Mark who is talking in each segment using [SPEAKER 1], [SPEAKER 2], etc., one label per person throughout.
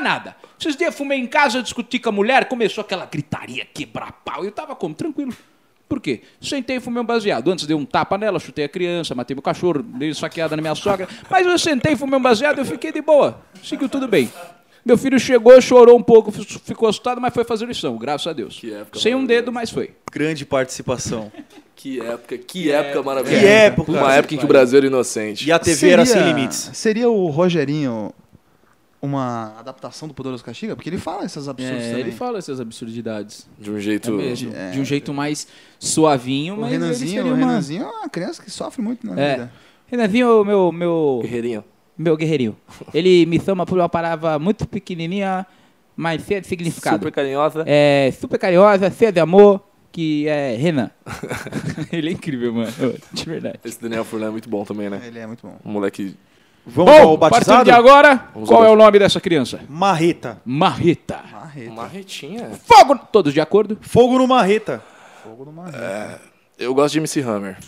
[SPEAKER 1] nada. Esses dias fumei em casa, discuti com a mulher, começou aquela gritaria, quebrar pau. Eu tava como? Tranquilo. Por quê? Sentei e fumei um baseado. Antes dei um tapa nela, chutei a criança, matei meu cachorro, dei saqueada na minha sogra. Mas eu sentei, fumei um baseado, eu fiquei de boa. Seguiu tudo bem. Meu filho chegou, chorou um pouco, ficou assustado, mas foi fazer lição, graças a Deus.
[SPEAKER 2] Que época
[SPEAKER 1] Sem um dedo, mas foi.
[SPEAKER 3] Grande participação.
[SPEAKER 2] Que época, que época maravilhosa.
[SPEAKER 3] Que época.
[SPEAKER 2] Uma época em que o Brasil era inocente.
[SPEAKER 3] E a TV era sem limites.
[SPEAKER 4] Seria o Rogerinho uma adaptação do Poderoso Castiga? Porque ele fala essas absurdas
[SPEAKER 5] É,
[SPEAKER 4] também.
[SPEAKER 5] ele fala essas absurdidades.
[SPEAKER 2] De um jeito.
[SPEAKER 5] É mesmo.
[SPEAKER 4] né? É.
[SPEAKER 5] De um jeito mais suavinho,
[SPEAKER 4] O
[SPEAKER 5] mas ele
[SPEAKER 4] Renanzinho,
[SPEAKER 5] seria
[SPEAKER 4] o
[SPEAKER 5] uma...
[SPEAKER 4] Renanzinho é uma criança que sofre muito na
[SPEAKER 5] É.
[SPEAKER 4] vida.
[SPEAKER 5] Renanzinho, meu, meu,
[SPEAKER 2] Guerreirinho.
[SPEAKER 5] meu guerreirinho. Ele me soma por uma palavra muito pequenininha, mas cheia de significado.
[SPEAKER 2] Super carinhosa.
[SPEAKER 5] É super carinhosa, cheia de amor, que é Renan. ele é incrível, mano. De verdade.
[SPEAKER 2] Esse Daniel Furlan é muito bom também, né?
[SPEAKER 4] Ele é muito bom.
[SPEAKER 2] Um moleque.
[SPEAKER 3] Vamos ao
[SPEAKER 1] partindo
[SPEAKER 3] batizado?
[SPEAKER 1] de agora,
[SPEAKER 2] Vamos
[SPEAKER 1] qual
[SPEAKER 2] ao
[SPEAKER 1] é o nome dessa criança?
[SPEAKER 3] Marreta.
[SPEAKER 1] Marrita.
[SPEAKER 4] Marreta.
[SPEAKER 2] Marretinha.
[SPEAKER 1] Fogo! Todos de acordo?
[SPEAKER 3] Fogo no Marreta.
[SPEAKER 4] Fogo no Marreta.
[SPEAKER 2] Eu gosto de MC Hammer.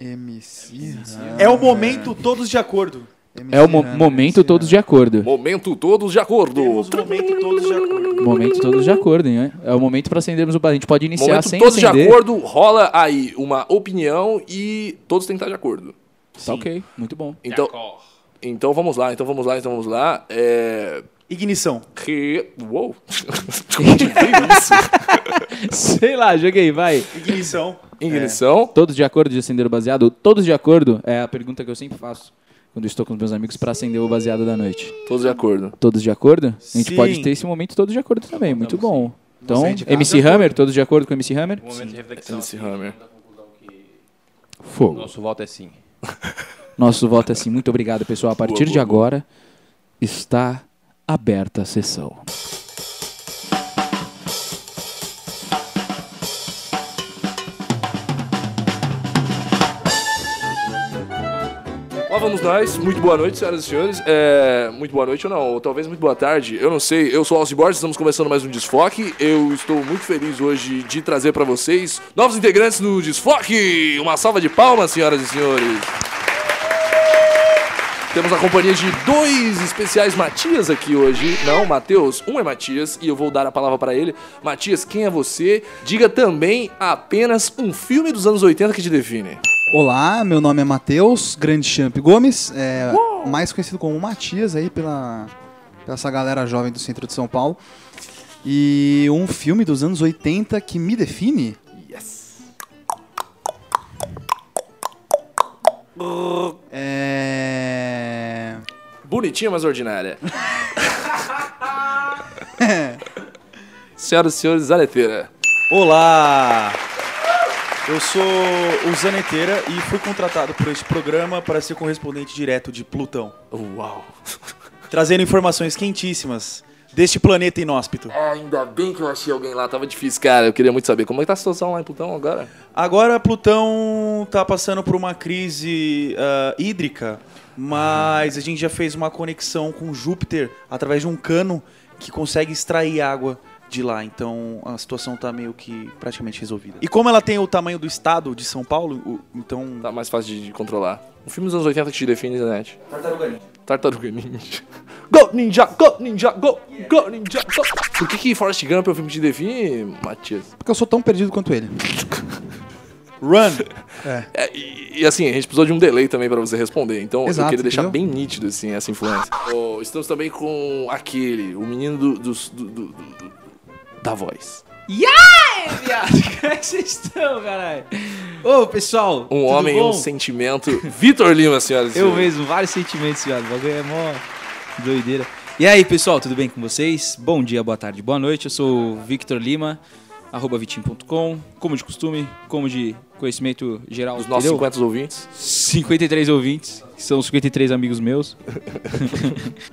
[SPEAKER 4] MC. Ram-
[SPEAKER 3] É o momento todos de acordo.
[SPEAKER 4] MC
[SPEAKER 1] É o mo-
[SPEAKER 4] Ram-
[SPEAKER 1] momento
[SPEAKER 4] MC
[SPEAKER 1] todos
[SPEAKER 4] Ram.
[SPEAKER 1] de acordo.
[SPEAKER 2] Momento todos de acordo.
[SPEAKER 3] Temos É o momento todos de
[SPEAKER 2] Uhum.
[SPEAKER 3] acordo.
[SPEAKER 1] Momento todos de acordo, hein? É o momento pra acendermos o bar. A gente pode iniciar
[SPEAKER 2] Momento
[SPEAKER 1] sem
[SPEAKER 2] todos de
[SPEAKER 1] acender.
[SPEAKER 2] acordo, rola aí uma opinião e todos têm que estar de acordo.
[SPEAKER 1] Tá ok, muito bom.
[SPEAKER 2] Então, então vamos lá, então vamos lá, então vamos lá. É.
[SPEAKER 3] Ignição.
[SPEAKER 2] Re... Uou! Onde veio isso?
[SPEAKER 1] Sei lá, joguei, vai.
[SPEAKER 3] Ignição.
[SPEAKER 2] Ignição.
[SPEAKER 1] Todos de acordo de acender o baseado? Todos de acordo é a pergunta que eu sempre faço quando estou com os meus amigos pra acender o baseado da noite.
[SPEAKER 2] Todos de acordo.
[SPEAKER 1] Todos de acordo? A gente
[SPEAKER 3] Sim.
[SPEAKER 1] pode ter esse momento todos de acordo também, muito bom. Então,
[SPEAKER 4] Você é de casa,
[SPEAKER 1] MC Hammer, todos de acordo com MC Hammer?
[SPEAKER 6] momento de reflexão.
[SPEAKER 2] MC Hammer.
[SPEAKER 1] Fogo.
[SPEAKER 6] Nosso voto é sim.
[SPEAKER 1] Nosso voto é assim. Muito obrigado, pessoal. A partir de agora está aberta a sessão.
[SPEAKER 2] Lá vamos nós. Muito boa noite, senhoras e senhores. É, muito boa noite ou não, ou talvez muito boa tarde. Eu não sei. Eu sou o Alci Borges, estamos começando mais um Desfoque. Eu estou muito feliz hoje de trazer para vocês novos integrantes do Desfoque. Uma salva de palmas, senhoras e senhores. Temos a companhia de dois especiais Matias aqui hoje. Não, Matheus, um é Matias e eu vou dar a palavra para ele. Matias, quem é você? Diga também apenas um filme dos anos 80 que te define.
[SPEAKER 4] Olá, meu nome é Matheus, grande champ Gomes, é, mais conhecido como Matias aí pela, pela essa galera jovem do centro de São Paulo. E um filme dos anos 80 que me define. Yes. É...
[SPEAKER 2] Bonitinha, mas ordinária. Senhoras e senhores, Zaleteira.
[SPEAKER 3] Olá! Eu sou o Zaneteira e fui contratado por este programa para ser correspondente direto de Plutão,
[SPEAKER 2] Uau.
[SPEAKER 3] trazendo informações quentíssimas deste planeta inóspito.
[SPEAKER 2] É, Ainda bem que eu achei alguém lá, tava difícil, cara. Eu queria muito saber como é que tá a situação lá em Plutão agora.
[SPEAKER 3] Agora, Plutão tá passando por uma crise ah, hídrica, mas a gente já fez uma conexão com Júpiter através de um cano que consegue extrair água de lá. Então, a situação tá meio que praticamente resolvida. E como ela tem o tamanho do estado de São Paulo, o- então
[SPEAKER 2] Tá mais fácil de, de controlar. Um filme dos anos 80 que te define, Zanetti. Tartaruga Ninja. Go Ninja, go Ninja, go, go Ninja, go. Por que que Forrest Gump é o filme que te define, Matias?
[SPEAKER 4] Porque eu sou tão perdido quanto ele.
[SPEAKER 3] Run!
[SPEAKER 2] É, e, e assim, a gente precisou de um delay também pra você responder, então eu
[SPEAKER 4] Exato,
[SPEAKER 2] queria deixar bem
[SPEAKER 4] entendeu?
[SPEAKER 2] nítido assim, essa influência. Ô, estamos também com aquele, o menino do, dos- do- do- do- do- da voz.
[SPEAKER 5] Viado, como é que vocês estão, caralho? Ô, pessoal,
[SPEAKER 2] Um
[SPEAKER 5] tudo
[SPEAKER 2] homem,
[SPEAKER 5] bom?
[SPEAKER 2] um sentimento. Vitor Lima, senhoras e
[SPEAKER 5] Eu
[SPEAKER 2] senhores.
[SPEAKER 5] mesmo, vários sentimentos, viado. O bagulho é mó doideira. E aí, pessoal, tudo bem com vocês? Bom dia, boa tarde, boa noite. Eu sou o Victor Lima, arroba vitim.com. Como de costume, como de conhecimento geral.
[SPEAKER 2] Os nossos
[SPEAKER 5] entendeu?
[SPEAKER 2] 50 ouvintes.
[SPEAKER 5] 53 ouvintes, que são os 53 amigos meus.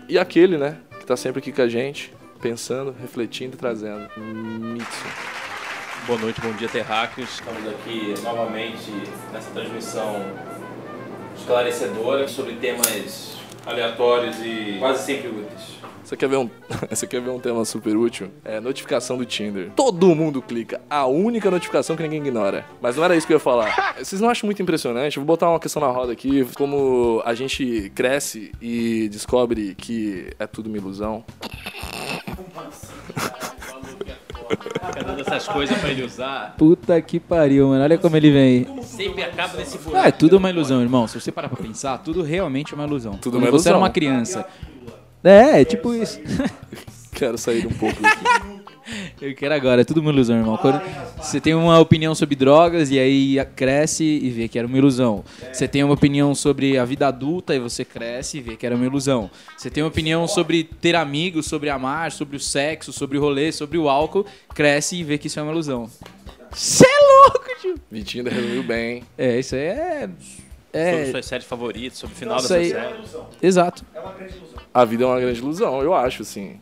[SPEAKER 2] E aquele, né, que tá sempre aqui com a gente, pensando, refletindo e trazendo. Mitsu.
[SPEAKER 6] Boa noite, bom dia, terráqueos. Estamos aqui novamente nessa transmissão esclarecedora sobre temas aleatórios e quase sempre úteis.
[SPEAKER 2] Você quer ver um, você quer ver um tema super útil? É notificação do Tinder. Todo mundo clica. A única notificação que ninguém ignora. Mas não era isso que eu ia falar. Vocês não acham muito impressionante? Eu Vou botar uma questão na roda aqui. Como a gente cresce e descobre que é tudo uma ilusão.
[SPEAKER 6] Cada dessas coisas pra ele usar.
[SPEAKER 5] Puta que pariu, mano. Olha como ele vem.
[SPEAKER 6] Sempre acaba nesse buraco.
[SPEAKER 5] Ah, é tudo uma ilusão, irmão. Se você parar pra pensar, tudo realmente é uma ilusão.
[SPEAKER 2] Tudo
[SPEAKER 5] Quando
[SPEAKER 2] uma
[SPEAKER 5] Você era
[SPEAKER 2] ilusão.
[SPEAKER 5] uma criança. É, é tipo isso.
[SPEAKER 2] Quero sair um pouco daqui.
[SPEAKER 5] Eu quero agora, é tudo uma ilusão, irmão. Quando você tem uma opinião sobre drogas e aí a- cresce e vê que era uma ilusão. Você tem uma opinião sobre a vida adulta e você cresce e vê que era uma ilusão. Você tem uma opinião sobre ter amigos, sobre amar, sobre o sexo, sobre o rolê, sobre o álcool, cresce e vê que isso é uma ilusão. Você é louco, tio!
[SPEAKER 2] Vitinho ainda resumiu bem, hein?
[SPEAKER 5] É, isso aí é.
[SPEAKER 6] Sobre
[SPEAKER 5] É.
[SPEAKER 6] suas séries favoritas, sobre o final
[SPEAKER 5] Isso
[SPEAKER 6] dessa
[SPEAKER 5] aí.
[SPEAKER 6] série.
[SPEAKER 5] Exato.
[SPEAKER 2] um A vida é uma grande ilusão, eu acho, assim.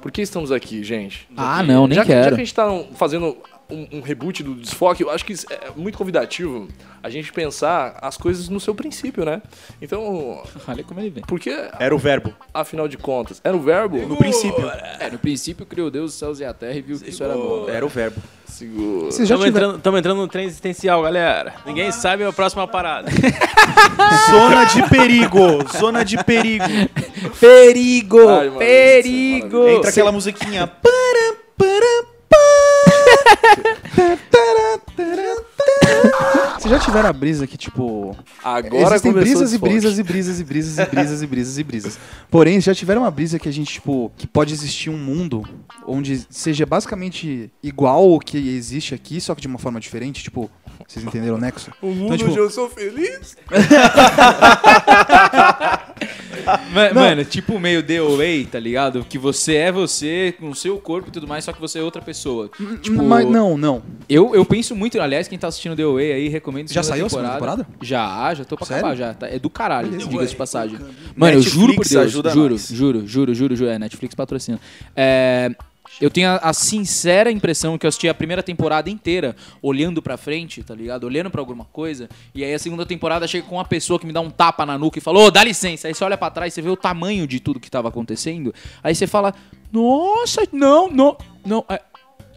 [SPEAKER 2] Por que estamos aqui, gente?
[SPEAKER 5] Ah, não, nem
[SPEAKER 2] já, que- já
[SPEAKER 5] quero.
[SPEAKER 2] que a gente tá um- fazendo um, um reboot do desfoque, eu acho que isso é muito convidativo a gente pensar as coisas no seu princípio, né? Então,
[SPEAKER 5] Olha como ele vem.
[SPEAKER 2] porque,
[SPEAKER 3] Era o verbo.
[SPEAKER 2] afinal de contas, era o verbo.
[SPEAKER 3] No princípio.
[SPEAKER 1] É, no princípio criou Deus os céus e a terra e viu que isso era bom.
[SPEAKER 3] Era o verbo.
[SPEAKER 2] né? É, Segura.
[SPEAKER 4] Vocês já
[SPEAKER 6] Estamos
[SPEAKER 4] tiveram
[SPEAKER 6] entrando, tamo entrando no trem existencial, galera. Ninguém sabe a próxima parada.
[SPEAKER 3] Zona de perigo. Zona de perigo.
[SPEAKER 5] Perigo!
[SPEAKER 2] Ai, mano, isso é
[SPEAKER 5] perigo!
[SPEAKER 3] Entra aquela musiquinha. Param, param.
[SPEAKER 4] Vocês já tiveram a brisa que, tipo.
[SPEAKER 2] Agora começou
[SPEAKER 4] existem brisas
[SPEAKER 2] o
[SPEAKER 4] e
[SPEAKER 2] desfoque.
[SPEAKER 4] brisas e brisas e brisas e brisas e brisas e brisas. Porém, já tiveram uma brisa que a gente, tipo, que pode existir um mundo onde seja basicamente igual o que existe aqui, só que de uma forma diferente, tipo, vocês entenderam o nexo?
[SPEAKER 2] O mundo
[SPEAKER 4] Então, tipo-
[SPEAKER 2] onde eu sou feliz.
[SPEAKER 5] Ma- Mano, tipo meio The Away, tá ligado? Que você é você, com o seu corpo e tudo mais, só que você é outra pessoa. Tipo,
[SPEAKER 4] Mas não, não.
[SPEAKER 5] Eu, eu penso muito, aliás, quem tá assistindo The Away aí, recomendo
[SPEAKER 4] Já
[SPEAKER 5] segunda
[SPEAKER 4] saiu a segunda temporada?
[SPEAKER 5] Já, já tô pra
[SPEAKER 4] Sério?
[SPEAKER 5] acabar já. tá- é do caralho, diga-se de passagem. Mano, eu
[SPEAKER 3] Netflix
[SPEAKER 5] juro por Deus,
[SPEAKER 3] ajuda
[SPEAKER 5] juro,
[SPEAKER 3] nós.
[SPEAKER 5] juro, juro, juro, juro, é, Netflix patrocina. É, eu tenho a, a sincera impressão que eu assisti a primeira temporada inteira olhando pra frente, tá ligado? Olhando pra alguma coisa. E aí a segunda temporada chega com uma pessoa que me dá um tapa na nuca e fala: Ô, dá licença. Aí você olha pra trás, você vê o tamanho de tudo que tava acontecendo. Aí você fala: Nossa, não, não, não. é-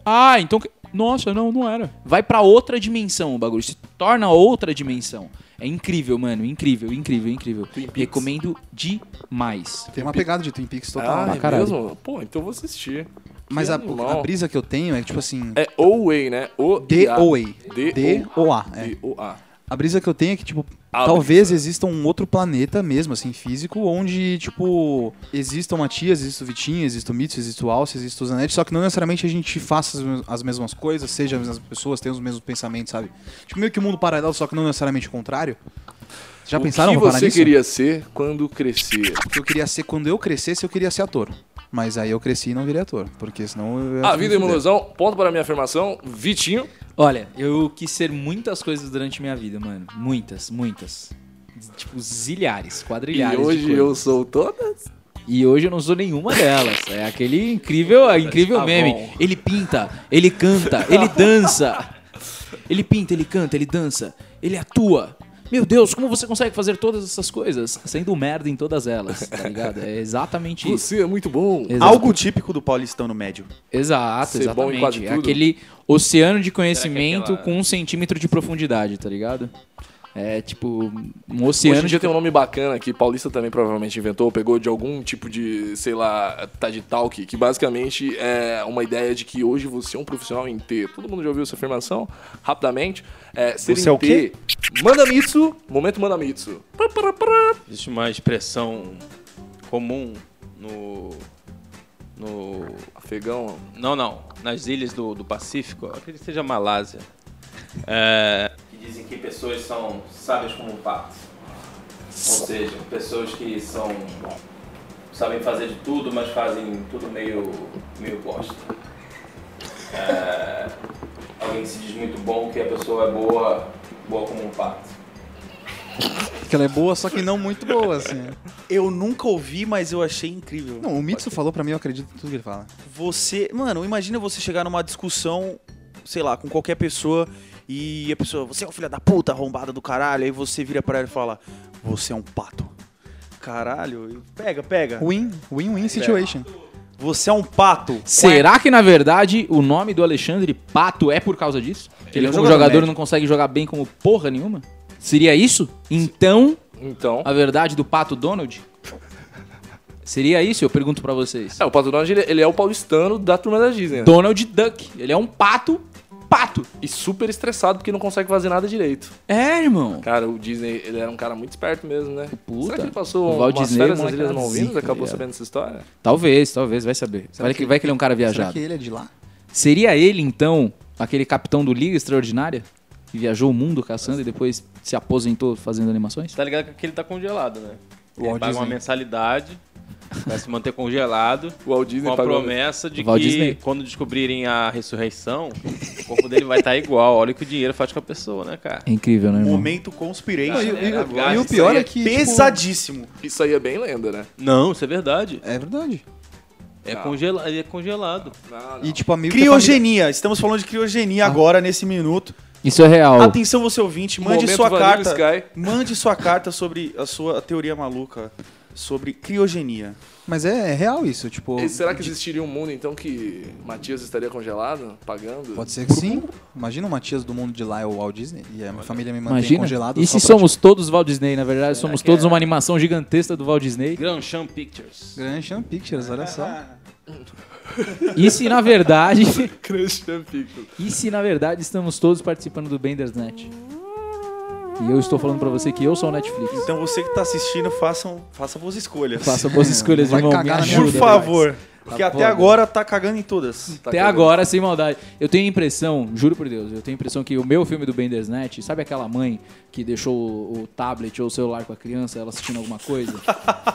[SPEAKER 5] ah, então. que- Nossa, não, não era. Vai pra outra dimensão o bagulho. Se torna outra dimensão. É incrível, mano. Incrível, incrível, incrível. Recomendo demais.
[SPEAKER 4] Tem uma pegada de Twin Peaks total.
[SPEAKER 2] Ah,
[SPEAKER 4] né?
[SPEAKER 2] é
[SPEAKER 5] caralho.
[SPEAKER 2] mesmo? Pô, então eu vou assistir.
[SPEAKER 4] Mas a,
[SPEAKER 2] animal.
[SPEAKER 4] a brisa que eu tenho é, tipo assim,
[SPEAKER 2] É Oway, né? O
[SPEAKER 4] D-O-A.
[SPEAKER 2] D
[SPEAKER 4] D-O-A. é.
[SPEAKER 2] O A.
[SPEAKER 4] A brisa que eu tenho é que, tipo,
[SPEAKER 2] Ah,
[SPEAKER 4] talvez exista um outro planeta mesmo, assim, físico, onde, tipo, exista o Matias, exista o Vitinho, exista o Mitsu, exista o Alce, exista o Zanetti, só que não necessariamente a gente faça as mes- as mesmas coisas, seja as mesmas pessoas, tenha os mesmos pensamentos, sabe? Tipo, meio que um mundo paralelo, só que não necessariamente o contrário. Vocês Já
[SPEAKER 2] o
[SPEAKER 4] pensaram
[SPEAKER 2] que
[SPEAKER 4] vou parar
[SPEAKER 2] você
[SPEAKER 4] nisso?
[SPEAKER 2] queria ser quando crescer?
[SPEAKER 4] Eu queria ser, quando eu crescesse, eu queria ser ator. Mas aí eu cresci e não virei ator, porque senão... Eu ia
[SPEAKER 2] A
[SPEAKER 4] me
[SPEAKER 2] vida é uma
[SPEAKER 4] fuder.
[SPEAKER 2] ilusão. Ponto para a minha afirmação. Vitinho.
[SPEAKER 5] Olha, eu quis ser muitas coisas durante minha vida, mano. Muitas, muitas. Tipo, zilhares, quadrilhares.
[SPEAKER 2] e
[SPEAKER 5] de
[SPEAKER 2] hoje
[SPEAKER 5] coisas.
[SPEAKER 2] eu sou toda.
[SPEAKER 5] E hoje eu não sou nenhuma delas. É aquele incrível, é incrível
[SPEAKER 2] Tá
[SPEAKER 5] meme.
[SPEAKER 2] bom.
[SPEAKER 5] Ele pinta, ele canta, ele dança. Ele pinta, ele canta, ele dança, ele atua. Meu Deus, como você consegue fazer todas essas coisas sendo um merda em todas elas, tá ligado? É exatamente isso.
[SPEAKER 2] Você é muito bom.
[SPEAKER 5] Exato,
[SPEAKER 3] Algo típico do paulistão no médio.
[SPEAKER 5] exato
[SPEAKER 2] ser bom em
[SPEAKER 5] exatamente.
[SPEAKER 2] quase
[SPEAKER 5] É
[SPEAKER 2] tudo. é
[SPEAKER 5] aquele oceano de conhecimento
[SPEAKER 6] aquela-
[SPEAKER 5] com um centímetro de profundidade, tá ligado? É tipo um
[SPEAKER 2] Hoje em
[SPEAKER 5] oceano de
[SPEAKER 2] dia tem um nome bacana que Paulista também provavelmente inventou, pegou de algum tipo de, sei lá, TED Talk, que basicamente é uma ideia de que hoje você é um profissional em T. Todo mundo já ouviu essa afirmação? Rapidamente. É, ser
[SPEAKER 3] Você
[SPEAKER 2] em
[SPEAKER 3] é o
[SPEAKER 2] T. Manda Mitsu. Momento Manda Mitsu. Pá, pá, pá.
[SPEAKER 6] Existe uma expressão comum no. no.
[SPEAKER 2] Afegão.
[SPEAKER 6] Não, não. Nas ilhas do, do Pacífico, eu acredito que seja Malásia. É... Que dizem que pessoas são sábias como um pato. Ou seja, pessoas que são. sabem fazer de tudo, mas fazem tudo meio. meio bosta. É, Alguém que se diz muito bom que a pessoa é boa. boa como um pato.
[SPEAKER 4] Porque ela é boa, só que não muito boa, assim.
[SPEAKER 3] Eu nunca ouvi, mas eu achei incrível.
[SPEAKER 4] Não, o Mitsu falou pra mim, eu acredito em tudo que ele fala.
[SPEAKER 3] Você. Mano, imagina você chegar numa discussão, sei lá, com qualquer pessoa e a pessoa, você é um filho da puta, arrombada do caralho, aí você vira pra ela e fala, você é um pato. Caralho, pega, pega.
[SPEAKER 4] Win, win-win situation.
[SPEAKER 3] Você é um pato.
[SPEAKER 5] Será que na verdade o nome do Alexandre Pato é por causa disso? Que ele,
[SPEAKER 3] Ele é um
[SPEAKER 5] como
[SPEAKER 3] jogador
[SPEAKER 5] jogador
[SPEAKER 3] médio.
[SPEAKER 5] não consegue jogar bem como porra nenhuma? Seria isso? Então,
[SPEAKER 2] Então.
[SPEAKER 5] a verdade do Pato Donald? Seria isso? Eu pergunto pra vocês.
[SPEAKER 2] É, o Pato Donald, ele, ele é o paulistano da turma da Disney. né?
[SPEAKER 5] Donald Duck. Ele é um pato, pato.
[SPEAKER 2] E super estressado porque não consegue fazer nada direito.
[SPEAKER 5] É, irmão.
[SPEAKER 2] Cara, o Disney, ele era um cara muito esperto mesmo, né?
[SPEAKER 5] Puta.
[SPEAKER 2] Será que ele
[SPEAKER 5] O
[SPEAKER 2] passou
[SPEAKER 5] Walt
[SPEAKER 2] umas
[SPEAKER 5] Disney,
[SPEAKER 2] férias nas
[SPEAKER 5] moleque,
[SPEAKER 2] Ilhas
[SPEAKER 5] era
[SPEAKER 2] Malvinas
[SPEAKER 5] zica,
[SPEAKER 2] e acabou
[SPEAKER 5] viado.
[SPEAKER 2] sabendo essa história?
[SPEAKER 5] Talvez, talvez, vai saber. Vai que, vai que ele é um cara
[SPEAKER 4] Será
[SPEAKER 5] viajado.
[SPEAKER 4] que ele é de lá?
[SPEAKER 5] Seria ele, então, aquele capitão do Liga Extraordinária? Que viajou o mundo caçando e depois se aposentou fazendo animações?
[SPEAKER 6] Tá ligado que aquele tá congelado, né?
[SPEAKER 4] O
[SPEAKER 6] Ele
[SPEAKER 4] Walt
[SPEAKER 6] paga uma
[SPEAKER 4] Disney.
[SPEAKER 6] mensalidade pra se manter congelado.
[SPEAKER 2] O Walt Disney
[SPEAKER 6] Com a
[SPEAKER 2] pagou-
[SPEAKER 6] promessa de
[SPEAKER 5] O Walt
[SPEAKER 6] que
[SPEAKER 5] Disney.
[SPEAKER 6] quando descobrirem a ressurreição, o corpo dele vai estar igual. Olha o que o dinheiro faz com a pessoa, né, cara?
[SPEAKER 5] É incrível, né, irmão?
[SPEAKER 3] Momento
[SPEAKER 4] Não, e,
[SPEAKER 3] conspiration.
[SPEAKER 4] e-
[SPEAKER 6] Agora,
[SPEAKER 4] e o
[SPEAKER 6] isso
[SPEAKER 4] pior
[SPEAKER 6] aí
[SPEAKER 4] é,
[SPEAKER 6] é
[SPEAKER 4] que. tipo,
[SPEAKER 3] Pesadíssimo.
[SPEAKER 2] Isso aí é bem lenda, né?
[SPEAKER 6] Não, isso é verdade.
[SPEAKER 4] é verdade.
[SPEAKER 6] É,
[SPEAKER 2] Não.
[SPEAKER 6] congela... ele é congelado.
[SPEAKER 2] Não,
[SPEAKER 4] E tipo, amigo. que a família-
[SPEAKER 3] Criogenia. Estamos falando de criogenia
[SPEAKER 4] Ah.
[SPEAKER 3] agora, nesse minuto.
[SPEAKER 5] Isso é real.
[SPEAKER 3] Atenção, você ouvinte, mande
[SPEAKER 2] Um Momento
[SPEAKER 3] sua
[SPEAKER 2] Vanilla
[SPEAKER 3] carta.
[SPEAKER 2] Sky.
[SPEAKER 3] Mande sua carta sobre a sua teoria maluca sobre criogenia.
[SPEAKER 4] Mas é, é real isso, tipo.
[SPEAKER 2] E será que existiria um mundo, então, que Matias estaria congelado, pagando?
[SPEAKER 4] Pode ser que sim. Imagina o Matias do mundo de lá é o Walt Disney e a minha família me mantém
[SPEAKER 5] Imagina.
[SPEAKER 4] congelado.
[SPEAKER 5] e
[SPEAKER 4] só
[SPEAKER 5] se
[SPEAKER 4] pra- É,
[SPEAKER 5] somos todos Walt Disney, na verdade? somos todos uma animação gigantesca do Walt Disney.
[SPEAKER 6] Grand Champ Pictures.
[SPEAKER 4] Grand Champ Pictures, olha só.
[SPEAKER 5] E se, na verdade...
[SPEAKER 2] Christian Pico.
[SPEAKER 5] e se, na verdade, estamos todos participando do Bandersnet? E eu estou falando pra você que eu sou o Netflix.
[SPEAKER 3] Então você que tá assistindo, façam, faça boas escolhas.
[SPEAKER 5] Faça boas escolhas,
[SPEAKER 4] Vai
[SPEAKER 5] irmão. Me
[SPEAKER 4] cagar na minha
[SPEAKER 5] ajuda.
[SPEAKER 3] Por
[SPEAKER 4] Ajuda,
[SPEAKER 3] favor. Porque até
[SPEAKER 5] foda. Então,
[SPEAKER 3] agora tá cagando em todas.
[SPEAKER 2] Tá
[SPEAKER 5] Até agora, sem maldade. Eu tenho a impressão, juro por Deus, eu tenho a impressão que o meu filme do Bandersnet, sabe aquela mãe que deixou o, o tablet ou o celular com a criança, ela assistindo alguma coisa?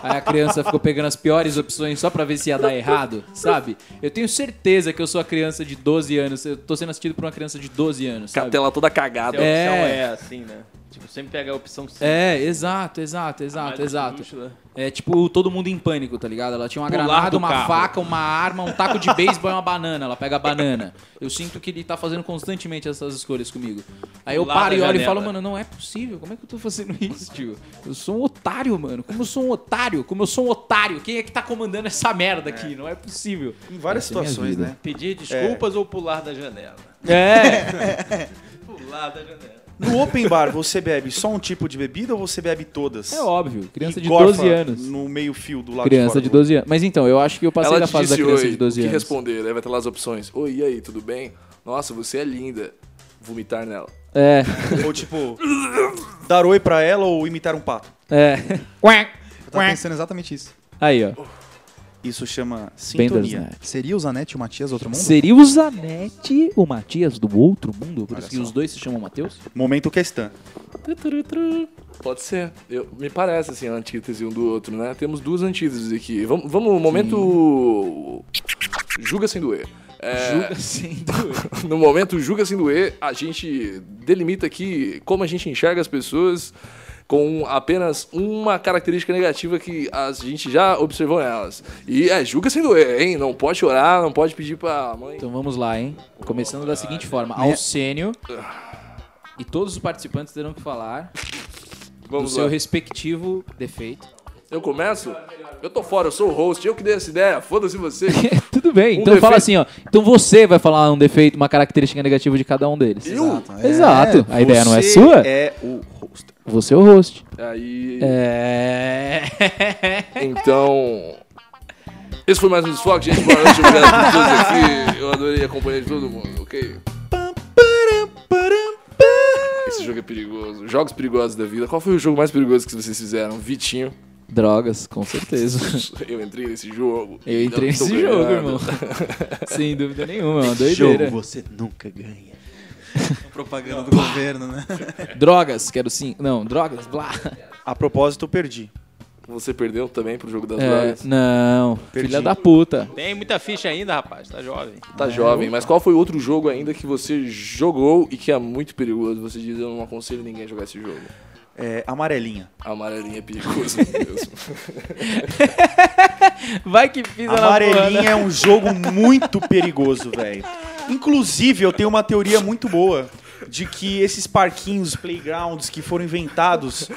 [SPEAKER 5] Aí a criança ficou pegando as piores opções só pra ver se ia dar errado, sabe? Eu tenho certeza que eu sou a criança de 12 anos, eu tô sendo assistido por uma criança de 12 anos,
[SPEAKER 2] Com a
[SPEAKER 5] sabe?
[SPEAKER 2] tela toda
[SPEAKER 6] Se
[SPEAKER 2] cagada.
[SPEAKER 6] a opção
[SPEAKER 5] É.
[SPEAKER 6] é, assim, né? Tipo, sempre pega a opção C.
[SPEAKER 5] É, exato, exato,
[SPEAKER 6] mais
[SPEAKER 5] exato, exato.
[SPEAKER 6] luxo, né?
[SPEAKER 5] É tipo todo mundo em pânico, tá ligado? Ela tinha uma
[SPEAKER 6] Pular
[SPEAKER 5] granada,
[SPEAKER 6] do
[SPEAKER 5] uma
[SPEAKER 6] carro.
[SPEAKER 5] faca, uma arma, um taco de beisebol e uma banana. Ela pega a banana. Eu sinto que ele tá fazendo constantemente essas escolhas comigo. Aí eu
[SPEAKER 6] Pular
[SPEAKER 5] paro
[SPEAKER 6] da
[SPEAKER 5] e olho e
[SPEAKER 6] janela.
[SPEAKER 5] falo, mano, não é possível. Como é que eu tô fazendo isso, tio? Eu sou um otário, mano. Como eu sou um otário? Como eu sou um otário? Quem é que tá comandando essa merda aqui? Não é possível.
[SPEAKER 3] Em várias
[SPEAKER 5] Essa é a minha
[SPEAKER 3] situações,
[SPEAKER 5] vida.
[SPEAKER 3] né?
[SPEAKER 6] Pedir desculpas ou pular da janela?
[SPEAKER 5] É.
[SPEAKER 6] Pular da janela.
[SPEAKER 3] No open bar, você bebe só um tipo de bebida ou você bebe todas?
[SPEAKER 5] É óbvio. Criança
[SPEAKER 3] E
[SPEAKER 5] de
[SPEAKER 3] gorfa
[SPEAKER 5] 12 anos.
[SPEAKER 3] No meio fio do lado
[SPEAKER 5] Criança
[SPEAKER 3] de
[SPEAKER 5] de
[SPEAKER 3] fora.
[SPEAKER 5] 12 anos. Mas então, eu acho que eu passei
[SPEAKER 2] Ela
[SPEAKER 5] da
[SPEAKER 2] te
[SPEAKER 5] fase da
[SPEAKER 2] disse,
[SPEAKER 5] criança
[SPEAKER 2] oi,
[SPEAKER 5] de 12
[SPEAKER 2] o que
[SPEAKER 5] anos.
[SPEAKER 2] responder? Aí vai ter lá as opções. Oi, e aí, tudo bem? Nossa, você é linda. Vomitar nela.
[SPEAKER 5] É.
[SPEAKER 3] Ou tipo, dar oi pra ela ou imitar um pato.
[SPEAKER 5] É.
[SPEAKER 4] Eu tava pensando exatamente isso.
[SPEAKER 5] Aí, ó.
[SPEAKER 3] Isso chama sintonia.
[SPEAKER 5] Bandersnet.
[SPEAKER 4] Seria o Zanetti e o Matias outro mundo?
[SPEAKER 5] Seria o Zanetti o Matias do outro mundo? Por isso que os dois se chamam Matheus?
[SPEAKER 3] Momento é questão.
[SPEAKER 2] Pode ser. Eu, me parece, assim, a antítese um do outro, né? Temos duas antíteses aqui. Vamos, vamos momento... Julga sem doer. É,
[SPEAKER 5] Sim.
[SPEAKER 2] no momento Julga Sem Doer, a gente delimita aqui como a gente enxerga as pessoas com apenas uma característica negativa que a gente já observou nelas. E é Julga Sem Doer, hein? Não pode chorar, não pode pedir pra mãe.
[SPEAKER 5] Então vamos lá, hein? Começando da
[SPEAKER 2] né?
[SPEAKER 5] seguinte forma: Alcênio
[SPEAKER 2] Ah.
[SPEAKER 5] e todos os participantes terão que falar do
[SPEAKER 2] Vamos
[SPEAKER 5] seu
[SPEAKER 2] lá.
[SPEAKER 5] respectivo defeito.
[SPEAKER 2] Eu começo? Eu tô fora, eu sou o host, eu que dei essa ideia, foda-se você.
[SPEAKER 5] Tudo bem,
[SPEAKER 2] Um
[SPEAKER 5] então fala
[SPEAKER 2] defeito.
[SPEAKER 5] assim, ó. Então você vai falar um defeito, uma característica negativa de cada um deles.
[SPEAKER 2] Eu?
[SPEAKER 4] É,
[SPEAKER 5] Exato. a ideia não é sua?
[SPEAKER 3] É o host.
[SPEAKER 5] Você é o host.
[SPEAKER 2] Aí,
[SPEAKER 5] É.
[SPEAKER 2] então... Esse foi mais um desfoque, gente. Boa noite, obrigado a todos aqui. Eu adorei a companhia de todo mundo, ok? Esse jogo é perigoso. Jogos perigosos da vida. Qual foi o jogo mais perigoso que vocês fizeram? Vitinho.
[SPEAKER 5] Drogas, com certeza.
[SPEAKER 2] Eu entrei nesse jogo.
[SPEAKER 5] Eu entrei
[SPEAKER 2] Não tô
[SPEAKER 5] nesse jogo,
[SPEAKER 2] ganhando.
[SPEAKER 5] irmão. Sem dúvida nenhuma, é uma doideira.
[SPEAKER 3] você nunca ganha.
[SPEAKER 4] Propaganda do governo, né?
[SPEAKER 5] Drogas, quero sim. Não, drogas, blá.
[SPEAKER 3] A propósito, eu perdi.
[SPEAKER 2] Você perdeu também pro jogo das
[SPEAKER 5] É,
[SPEAKER 2] drogas.
[SPEAKER 5] não,
[SPEAKER 3] Perdi.
[SPEAKER 5] filha da puta.
[SPEAKER 6] Tem muita ficha ainda, rapaz. Tá jovem.
[SPEAKER 2] Tá jovem, mas qual foi outro jogo ainda que você jogou e que é muito perigoso? Você diz, eu não aconselho ninguém a jogar esse jogo.
[SPEAKER 3] É, amarelinha.
[SPEAKER 2] A amarelinha é perigoso mesmo.
[SPEAKER 5] Vai que pisa na porra, né?
[SPEAKER 3] Amarelinha é um jogo muito perigoso, velho. Inclusive, eu tenho uma teoria muito boa de que esses parquinhos, playgrounds que foram inventados,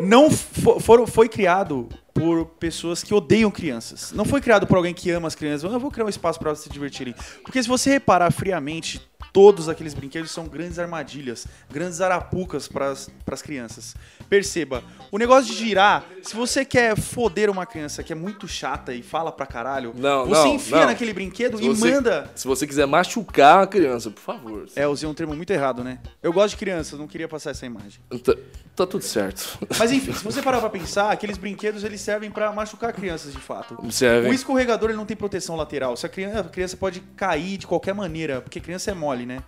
[SPEAKER 3] não fo- foram, foi criado por pessoas que odeiam crianças. Ah, Não foi criado por alguém que ama as crianças. Eu vou criar um espaço para elas se divertirem. Porque se você reparar friamente, Todos aqueles brinquedos são grandes armadilhas, grandes arapucas para as crianças. Perceba, o negócio de girar, se você quer foder uma criança que é muito chata e fala pra caralho,
[SPEAKER 2] Não,
[SPEAKER 3] você
[SPEAKER 2] não,
[SPEAKER 3] enfia
[SPEAKER 2] não.
[SPEAKER 3] naquele brinquedo
[SPEAKER 2] Se
[SPEAKER 3] e
[SPEAKER 2] você-
[SPEAKER 3] manda.
[SPEAKER 2] Se você quiser machucar a criança, por favor.
[SPEAKER 3] É, eu usei um termo muito errado, né? Eu gosto de crianças, não queria passar essa imagem.
[SPEAKER 2] Tá, tá tudo certo.
[SPEAKER 3] Mas enfim, se você parar pra pensar, aqueles brinquedos eles servem pra machucar crianças de fato. O
[SPEAKER 2] Observem.
[SPEAKER 3] escorregador ele não tem proteção lateral. Se a criança, a criança pode cair de qualquer maneira, porque criança é mole, né?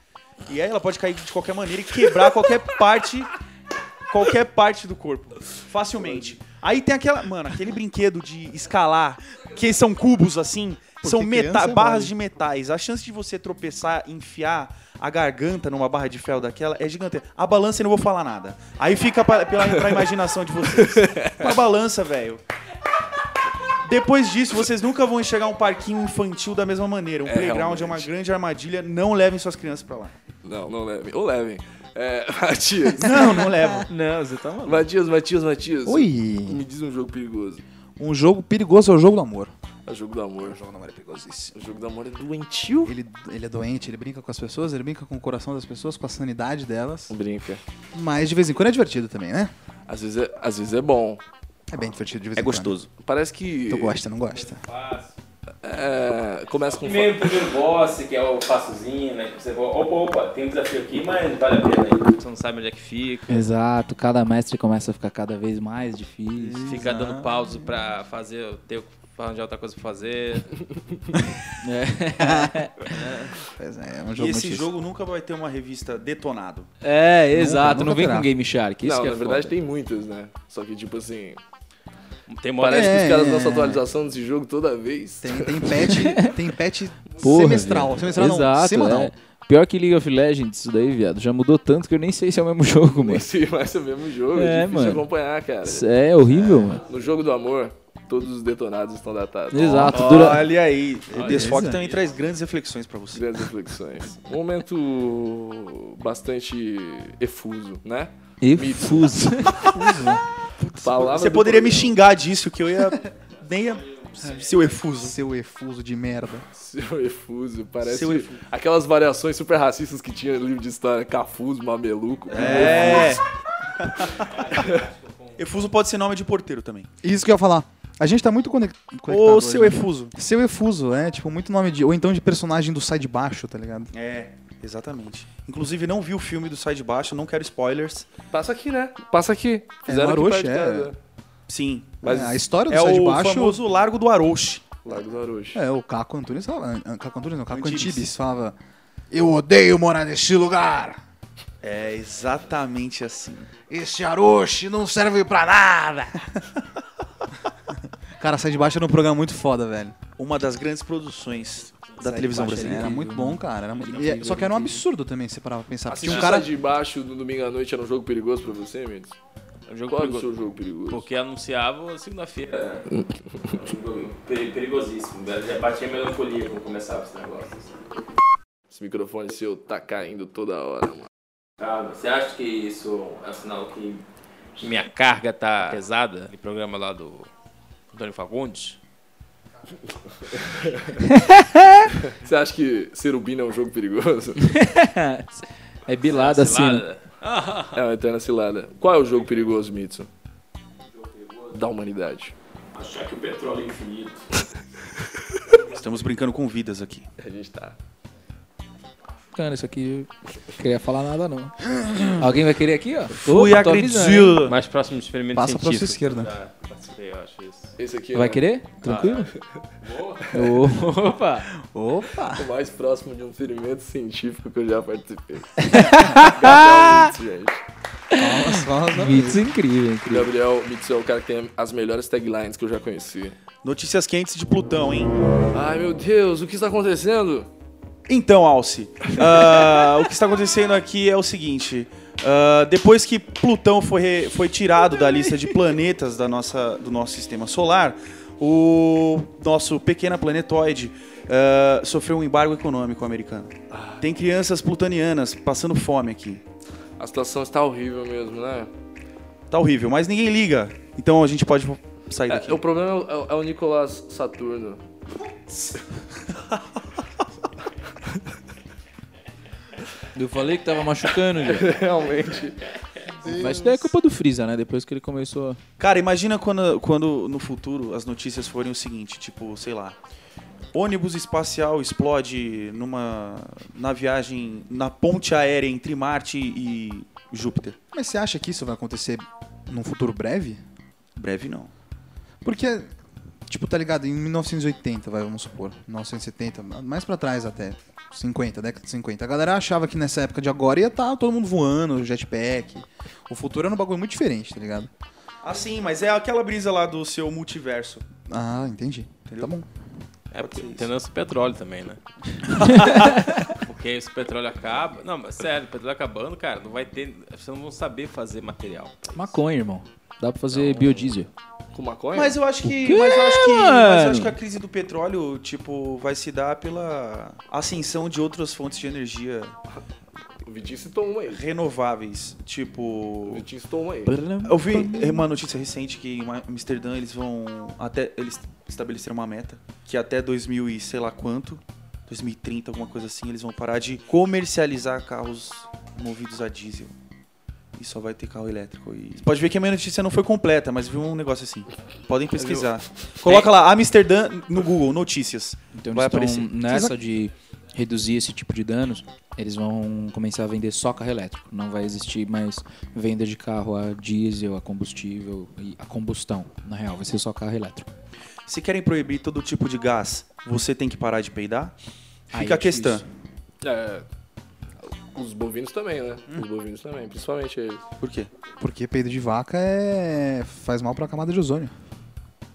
[SPEAKER 3] E aí ela pode cair de qualquer maneira e quebrar qualquer parte, qualquer parte do corpo, facilmente. Aí tem aquela, mano, aquele brinquedo de escalar, que são cubos assim, são
[SPEAKER 4] criança
[SPEAKER 3] meta
[SPEAKER 4] é mole.
[SPEAKER 3] barras de metais. A chance de você tropeçar, enfiar a garganta numa barra de ferro daquela é gigante. A balança eu não vou falar nada. Aí fica pra, pela, pra imaginação de vocês. Uma balança, velho. Depois disso, vocês nunca vão enxergar um parquinho infantil da mesma maneira. Um playground
[SPEAKER 2] realmente.
[SPEAKER 3] é uma grande armadilha. Não levem suas crianças pra lá.
[SPEAKER 2] Não, não levem. Ou levem. É, Matias.
[SPEAKER 3] Não, não levam.
[SPEAKER 6] Não, você tá maluco.
[SPEAKER 2] Matias, Matias, Matias.
[SPEAKER 4] Ui!
[SPEAKER 2] Me diz um jogo perigoso.
[SPEAKER 4] Um jogo perigoso é o jogo do amor.
[SPEAKER 2] É o jogo do amor.
[SPEAKER 4] do amor é perigosíssimo.
[SPEAKER 2] O jogo do amor é doentio.
[SPEAKER 4] Ele, ele é doente, ele brinca com as pessoas, ele brinca com o coração das pessoas, com a sanidade delas.
[SPEAKER 2] Brinca.
[SPEAKER 4] Mas de vez em quando é divertido também, né?
[SPEAKER 2] Às vezes é, às vezes é bom.
[SPEAKER 4] É bem divertido de vez
[SPEAKER 5] É
[SPEAKER 4] em
[SPEAKER 5] gostoso.
[SPEAKER 2] Parece que.
[SPEAKER 4] quando. Tu gosta, não gosta?
[SPEAKER 2] É, começa com.
[SPEAKER 6] Primeiro, primeiro boss, que é o passozinho, né? Que você fala, opa, opa, tem um desafio aqui, mas vale a pena aí. Você não sabe onde é que fica.
[SPEAKER 7] Exato, cada mestre começa a ficar cada vez mais difícil.
[SPEAKER 6] Fica dando pausa pra fazer, ter, pra arranjar outra coisa pra fazer.
[SPEAKER 7] É,
[SPEAKER 4] Pois é, é um
[SPEAKER 3] E
[SPEAKER 4] jogo
[SPEAKER 3] esse
[SPEAKER 4] muito
[SPEAKER 3] jogo nunca vai ter uma revista detonado.
[SPEAKER 5] É, exato.
[SPEAKER 4] nunca
[SPEAKER 5] não vem
[SPEAKER 4] terá.
[SPEAKER 5] com Game Shark. Isso
[SPEAKER 2] Não,
[SPEAKER 5] que é
[SPEAKER 2] na verdade
[SPEAKER 5] foda.
[SPEAKER 2] tem muitas, né? Só que, tipo assim.
[SPEAKER 6] Tem uma hora
[SPEAKER 2] Parece que os
[SPEAKER 4] É,
[SPEAKER 2] caras
[SPEAKER 4] é,
[SPEAKER 2] lançam
[SPEAKER 4] é.
[SPEAKER 2] atualização desse jogo toda vez.
[SPEAKER 4] Tem, tem patch, tem patch
[SPEAKER 7] Porra,
[SPEAKER 4] semestral.
[SPEAKER 7] viado.
[SPEAKER 4] Semestral não,
[SPEAKER 7] Exato,
[SPEAKER 4] semanal.
[SPEAKER 7] é. Pior que League of Legends, isso daí, viado. Já mudou tanto que eu nem sei se é o mesmo jogo, mano.
[SPEAKER 2] Esse mais é o mesmo jogo, é
[SPEAKER 7] É,
[SPEAKER 2] difícil
[SPEAKER 7] mano.
[SPEAKER 2] acompanhar, cara.
[SPEAKER 7] Isso É horrível, mano.
[SPEAKER 2] No jogo do amor, todos os detonados estão datados.
[SPEAKER 7] Exato. Dura...
[SPEAKER 2] é
[SPEAKER 3] Olha aí, o Desfoque também traz grandes reflexões pra você.
[SPEAKER 2] Grandes reflexões. Um momento bastante efuso, né?
[SPEAKER 7] Efuso.
[SPEAKER 2] Palavra
[SPEAKER 3] Você
[SPEAKER 2] do
[SPEAKER 3] poderia me
[SPEAKER 2] programa.
[SPEAKER 3] xingar disso, que eu ia. Nem ia. Seu efuso.
[SPEAKER 4] Seu efuso de merda.
[SPEAKER 2] Seu efuso, parece
[SPEAKER 3] Seu efuso.
[SPEAKER 2] aquelas variações super racistas que tinha no livro de história, Cafuso, Mameluco.
[SPEAKER 3] É. efuso pode ser nome de porteiro também.
[SPEAKER 4] Isso que eu ia falar. A gente tá muito conec- conectado.
[SPEAKER 3] Ou
[SPEAKER 4] hoje,
[SPEAKER 3] seu
[SPEAKER 4] né?
[SPEAKER 3] efuso.
[SPEAKER 4] Seu efuso, é tipo muito nome de. Ou então de personagem do Sai de Baixo, tá ligado?
[SPEAKER 3] É, exatamente. Inclusive, não vi o filme do Sai de Baixo, não quero spoilers.
[SPEAKER 2] Passa aqui, né? Passa aqui. Fizeram
[SPEAKER 4] Maroche,
[SPEAKER 2] aqui perto de
[SPEAKER 4] é.
[SPEAKER 2] casa.
[SPEAKER 3] Sim.
[SPEAKER 2] Mas
[SPEAKER 4] É, a história do
[SPEAKER 3] É
[SPEAKER 4] Sai de
[SPEAKER 3] o
[SPEAKER 4] Baixo.
[SPEAKER 3] famoso Largo do Arouche.
[SPEAKER 2] Lago do Aroche.
[SPEAKER 4] É, o Caco Antunes falava. An- Caco Antunes não, Caco
[SPEAKER 3] Antibes.
[SPEAKER 4] Antibes falava. Eu odeio morar neste lugar!
[SPEAKER 3] É exatamente assim.
[SPEAKER 4] Este Aroshi não serve pra nada! Cara, Sai de Baixo era um programa muito foda, velho.
[SPEAKER 3] Uma das grandes produções da televisão brasileira.
[SPEAKER 4] Era muito bom, cara. Era muito... e- só que era um absurdo também, se parar pra pensar. Porque
[SPEAKER 2] Assistir
[SPEAKER 4] um
[SPEAKER 2] um
[SPEAKER 4] cara.
[SPEAKER 2] de baixo no domingo à noite era um jogo perigoso pra você, Mendes?
[SPEAKER 6] É um jogo
[SPEAKER 2] Qual é o seu
[SPEAKER 6] perigoso.
[SPEAKER 2] jogo perigoso?
[SPEAKER 6] Porque anunciava segunda-feira. É um jogo peri- perigosíssimo. velho. Já bati a melancolia quando começava esse negócio. assim.
[SPEAKER 2] Esse microfone seu tá caindo toda hora, mano.
[SPEAKER 6] Ah, você acha que isso é um sinal que minha carga tá pesada? Aquele programa lá do Antônio Fagundes?
[SPEAKER 2] Você acha que Serubina é um jogo perigoso?
[SPEAKER 7] É bilada assim. né?
[SPEAKER 6] Cilada.
[SPEAKER 2] é uma eterna cilada. Qual é o jogo perigoso, Mitsu? Da humanidade.
[SPEAKER 6] Achar que o petróleo é infinito.
[SPEAKER 3] Estamos brincando com vidas aqui.
[SPEAKER 2] A gente tá.
[SPEAKER 7] Cara, isso aqui eu queria falar nada, não. Alguém vai querer aqui, ó? Tô,
[SPEAKER 3] Fui
[SPEAKER 7] tô avisando, hein?
[SPEAKER 3] agredido.
[SPEAKER 6] Mais próximo do experimento
[SPEAKER 4] Passa pra sua
[SPEAKER 6] científico.
[SPEAKER 4] esquerda.
[SPEAKER 6] Ah, participei, eu acho isso.
[SPEAKER 2] Esse aqui né,
[SPEAKER 7] Vai querer? Tranquilo?
[SPEAKER 2] Ah.
[SPEAKER 7] Boa. Opa!
[SPEAKER 4] Opa!
[SPEAKER 2] o mais próximo de um experimento científico que eu já participei. Gabriel Mitsu, gente.
[SPEAKER 4] Palmas, palmas na
[SPEAKER 7] Mitos incrível, incrível.
[SPEAKER 2] Gabriel Mitsu é o cara que tem as melhores taglines que eu já conheci.
[SPEAKER 3] Notícias quentes de Plutão, hein?
[SPEAKER 2] Ai meu Deus, o que está acontecendo?
[SPEAKER 3] Então, Alce, ah, o que está acontecendo aqui é o seguinte. ah, depois que Plutão foi, re- foi tirado da lista de planetas da nossa, do nosso sistema solar, o nosso pequeno planetoide ah, sofreu um embargo econômico americano. Tem crianças plutanianas passando fome aqui.
[SPEAKER 2] A situação está horrível mesmo, né?
[SPEAKER 3] Tá horrível, mas ninguém liga. Então a gente pode sair daqui.
[SPEAKER 2] É, o problema é o, é o Nicolás Saturno.
[SPEAKER 7] Eu falei que tava machucando, gente.
[SPEAKER 2] Realmente.
[SPEAKER 7] Mas isso daí é culpa do Freeza, né? Depois que ele começou.
[SPEAKER 3] Cara, imagina quando, quando no futuro as notícias forem o seguinte, tipo, sei lá, ônibus espacial explode numa na viagem na ponte aérea entre Marte e Júpiter.
[SPEAKER 4] Mas você acha que isso vai acontecer num futuro breve?
[SPEAKER 3] Breve não.
[SPEAKER 4] Porque, tipo, tá ligado? Em 1980, vai, vamos supor, 1970, mais pra trás até, 50, década de 50, a galera achava que nessa época de agora ia estar todo mundo voando, jetpack. O futuro era um bagulho muito diferente, tá ligado?
[SPEAKER 3] Ah, sim, mas é aquela brisa lá do seu multiverso.
[SPEAKER 4] Ah, entendi. Tá bom.
[SPEAKER 6] É porque entendeu esse petróleo também, né? porque se o petróleo acaba. Não, mas sério, o petróleo acabando, cara, não vai ter. Vocês não vão saber fazer material.
[SPEAKER 7] Maconha, irmão. Dá pra fazer biodiesel.
[SPEAKER 2] Com maconha?
[SPEAKER 3] Mas eu acho que. Mas eu acho que, mas eu acho que a crise do petróleo, tipo, vai se dar pela ascensão de outras fontes de energia
[SPEAKER 2] O Vitinho citou uma aí.
[SPEAKER 3] renováveis.
[SPEAKER 2] O
[SPEAKER 3] Tipo.
[SPEAKER 2] Vitinho citou uma aí.
[SPEAKER 3] Eu vi eh, uma notícia recente que em Ma- Amsterdã eles vão até eles estabeleceram uma meta que até 2000 e sei lá quanto, 2030 alguma coisa assim, eles vão parar de comercializar carros movidos a diesel. E só vai ter carro elétrico. E... Pode ver que a minha notícia não foi completa, mas viu um negócio assim. Podem pesquisar. Coloca lá Amsterdã no Google, notícias.
[SPEAKER 7] Então
[SPEAKER 3] Vai
[SPEAKER 7] eles
[SPEAKER 3] aparecer.
[SPEAKER 7] estão nessa de reduzir esse tipo de danos, eles vão começar a vender só carro elétrico. Não vai existir mais venda de carro a diesel, a combustível e a combustão. Na real, vai ser só carro elétrico.
[SPEAKER 3] Se querem proibir todo tipo de gás, você tem que parar de peidar? Fica
[SPEAKER 7] Aí é
[SPEAKER 3] a questão.
[SPEAKER 7] difícil.
[SPEAKER 2] É, os bovinos também, né? Os bovinos também, principalmente eles.
[SPEAKER 3] Por quê?
[SPEAKER 4] Porque peido de vaca é... faz mal pra camada de ozônio.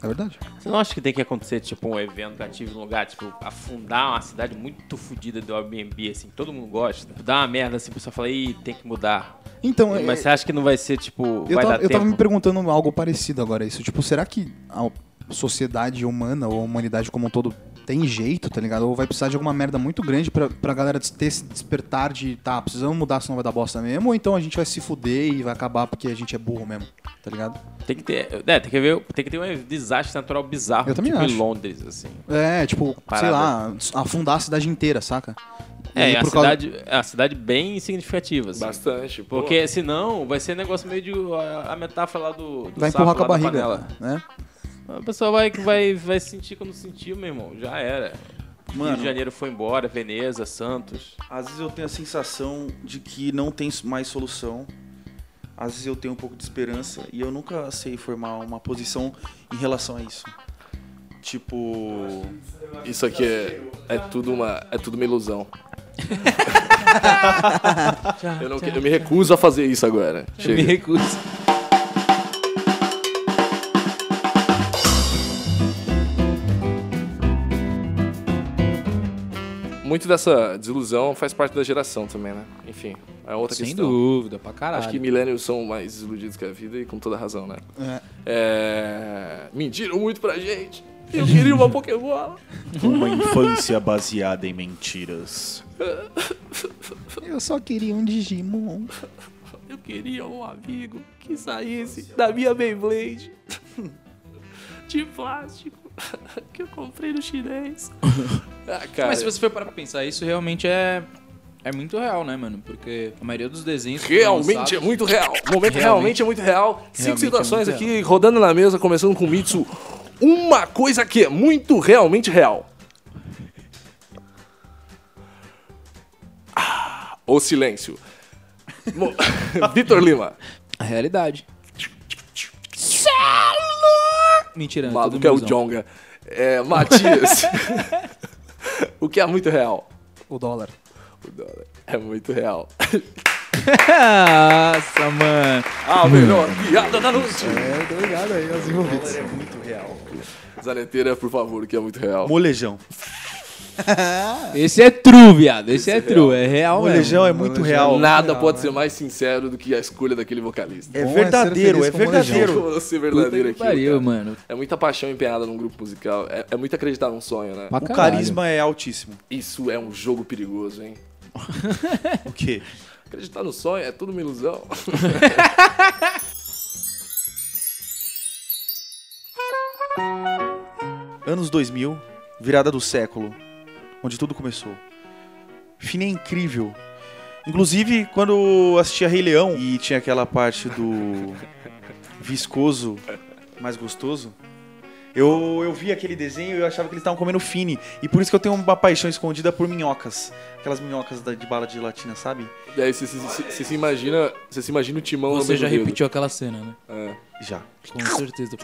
[SPEAKER 4] É verdade.
[SPEAKER 6] Você não acha que tem que acontecer, tipo, um evento ativo num lugar, tipo, afundar uma cidade muito fodida do Airbnb, assim, que todo mundo gosta? Dá uma merda, assim, a pessoa fala, ih, tem que mudar.
[SPEAKER 4] Então, é-
[SPEAKER 6] Mas você acha que não vai ser, tipo,
[SPEAKER 4] Eu,
[SPEAKER 6] vai
[SPEAKER 4] tava,
[SPEAKER 6] dar
[SPEAKER 4] eu
[SPEAKER 6] tempo?
[SPEAKER 4] tava me perguntando algo parecido agora, isso. Tipo, será que a sociedade humana ou a humanidade como um todo tem jeito, tá ligado? Ou vai precisar de alguma merda muito grande pra, pra galera des- ter esse despertar de, tá, precisamos mudar, senão vai dar bosta mesmo, ou então a gente vai se fuder e vai acabar porque a gente é burro mesmo, tá ligado?
[SPEAKER 6] Tem que ter, é, tem que, ver, tem que ter um desastre natural bizarro,
[SPEAKER 4] Eu também
[SPEAKER 6] tipo em
[SPEAKER 4] acho.
[SPEAKER 6] Londres, assim.
[SPEAKER 4] É, tipo, sei
[SPEAKER 6] Parada.
[SPEAKER 4] lá, afundar a cidade inteira, saca? E
[SPEAKER 6] É,
[SPEAKER 4] aí,
[SPEAKER 6] é a
[SPEAKER 4] por causa-
[SPEAKER 6] cidade, é uma cidade bem significativa, assim.
[SPEAKER 2] Bastante. pô.
[SPEAKER 6] Porque senão vai ser negócio meio de. A, a metáfora lá do. do
[SPEAKER 4] Vai
[SPEAKER 6] sapo
[SPEAKER 4] empurrar com a
[SPEAKER 6] lá da
[SPEAKER 4] barriga,
[SPEAKER 6] panela.
[SPEAKER 4] né?
[SPEAKER 6] A pessoa vai, que vai, vai sentir quando sentiu, meu irmão. Já era.
[SPEAKER 3] Mano.
[SPEAKER 6] Rio de Janeiro foi embora, Veneza, Santos.
[SPEAKER 3] Às vezes eu tenho a sensação de que não tem mais solução. Às vezes eu tenho um pouco de esperança e eu nunca sei formar uma posição em relação a isso. Tipo,
[SPEAKER 2] Isso aqui é, é tudo uma é tudo uma ilusão. eu, não que- eu me recuso a fazer isso agora.
[SPEAKER 7] Me
[SPEAKER 2] Chega.
[SPEAKER 7] recuso.
[SPEAKER 2] Muito dessa desilusão faz parte da geração também, né? Enfim, é outra
[SPEAKER 7] Sem
[SPEAKER 2] questão.
[SPEAKER 7] dúvida, pra caralho.
[SPEAKER 2] Acho que millennials são mais desiludidos que a vida e com toda razão, né?
[SPEAKER 4] É.
[SPEAKER 2] É, Mentiram muito pra gente. Eu queria uma Pokébola.
[SPEAKER 3] uma infância baseada em mentiras.
[SPEAKER 4] Eu só queria um Digimon.
[SPEAKER 2] Eu queria um amigo que saísse da minha Beyblade de plástico que eu comprei no chinês. Ah, cara.
[SPEAKER 7] Mas se você for parar pra pensar, isso realmente é. É muito real, né, mano? Porque a maioria dos desenhos. que foram
[SPEAKER 2] Realmente é
[SPEAKER 7] lançados-
[SPEAKER 2] muito real. O momento realmente, é muito real. Cinco
[SPEAKER 7] Realmente é
[SPEAKER 2] situações
[SPEAKER 7] muito
[SPEAKER 2] aqui rodando na mesa, começando com o Mitsu. Uma coisa que é muito realmente real. Ah, o silêncio. Mo- Vitor Lima.
[SPEAKER 7] A realidade. Mentira,
[SPEAKER 2] O
[SPEAKER 7] é tudo
[SPEAKER 2] maluco é o
[SPEAKER 7] ilusão.
[SPEAKER 2] Jonga. É, Matias. o que é muito real?
[SPEAKER 4] O dólar.
[SPEAKER 2] O dólar É muito real.
[SPEAKER 7] Nossa, mano.
[SPEAKER 2] A melhor piada da noite.
[SPEAKER 4] É, tô ligado aí, os envolvidos.
[SPEAKER 2] Zaneteira, por favor, o que é muito real.
[SPEAKER 3] Molejão.
[SPEAKER 7] Esse é true, viado. Esse é true. É real mesmo.
[SPEAKER 3] Molejão é muito real.
[SPEAKER 2] Nada pode ser mais sincero do que a escolha daquele vocalista.
[SPEAKER 3] É
[SPEAKER 4] Bom é
[SPEAKER 3] verdadeiro, é
[SPEAKER 4] ser feliz com
[SPEAKER 3] verdadeiro.
[SPEAKER 2] Como ser
[SPEAKER 7] Puta
[SPEAKER 2] verdadeiro
[SPEAKER 7] que
[SPEAKER 2] aqui.
[SPEAKER 7] pariu, mano.
[SPEAKER 2] É muita paixão empenhada num grupo musical. É, é muito acreditar num sonho, né?
[SPEAKER 7] Pra
[SPEAKER 3] O
[SPEAKER 7] caralho.
[SPEAKER 3] carisma é altíssimo.
[SPEAKER 2] Isso é um jogo perigoso, hein?
[SPEAKER 3] O quê?
[SPEAKER 2] Acreditar no sonho é tudo uma ilusão.
[SPEAKER 3] Anos 2000, virada do século, onde tudo começou. Fina é incrível. Inclusive, quando eu assistia Rei Leão e tinha aquela parte do viscoso mais gostoso, eu, eu vi aquele desenho e eu achava que eles estavam comendo fine. E por isso que eu tenho uma paixão escondida por minhocas. Aquelas minhocas da- de bala de latina, sabe?
[SPEAKER 2] E aí você se, se- se- se imagina, você se imagina o timão no
[SPEAKER 8] Você
[SPEAKER 2] mesmo
[SPEAKER 8] já
[SPEAKER 2] dedo.
[SPEAKER 8] repetiu aquela cena, né?
[SPEAKER 2] É.
[SPEAKER 3] Já.
[SPEAKER 8] Com certeza.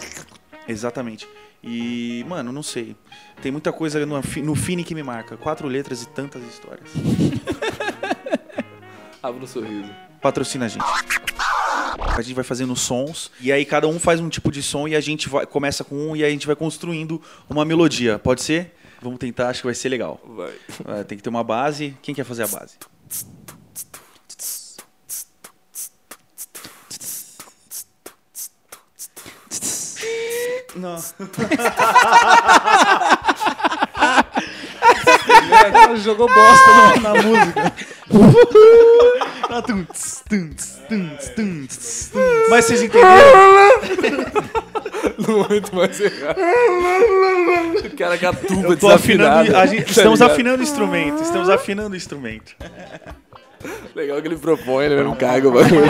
[SPEAKER 3] Exatamente. E, mano, não sei. Tem muita coisa no, fi- no Fini que me marca. Quatro letras e tantas histórias.
[SPEAKER 2] Abra um sorriso.
[SPEAKER 3] Patrocina a gente. A gente vai fazendo sons. E aí cada um faz um tipo de som e a gente vai- começa com um e a gente vai construindo uma melodia. Pode ser? Vamos tentar, acho que vai ser legal.
[SPEAKER 2] Vai.
[SPEAKER 3] Ah, Tem que ter uma base. Quem quer fazer a base? Não.
[SPEAKER 9] Jogou bosta.
[SPEAKER 4] na música. Ah,
[SPEAKER 3] Mas vocês entenderam?
[SPEAKER 2] Não aguento mais errar. o cara catuba
[SPEAKER 3] Eu tô afinando,
[SPEAKER 2] desafinado,
[SPEAKER 3] a gente-
[SPEAKER 2] tá
[SPEAKER 3] estamos
[SPEAKER 2] ligado?
[SPEAKER 3] afinando o instrumento. Estamos afinando o instrumento.
[SPEAKER 2] Legal que ele propõe, né? mas Não caga o bagulho.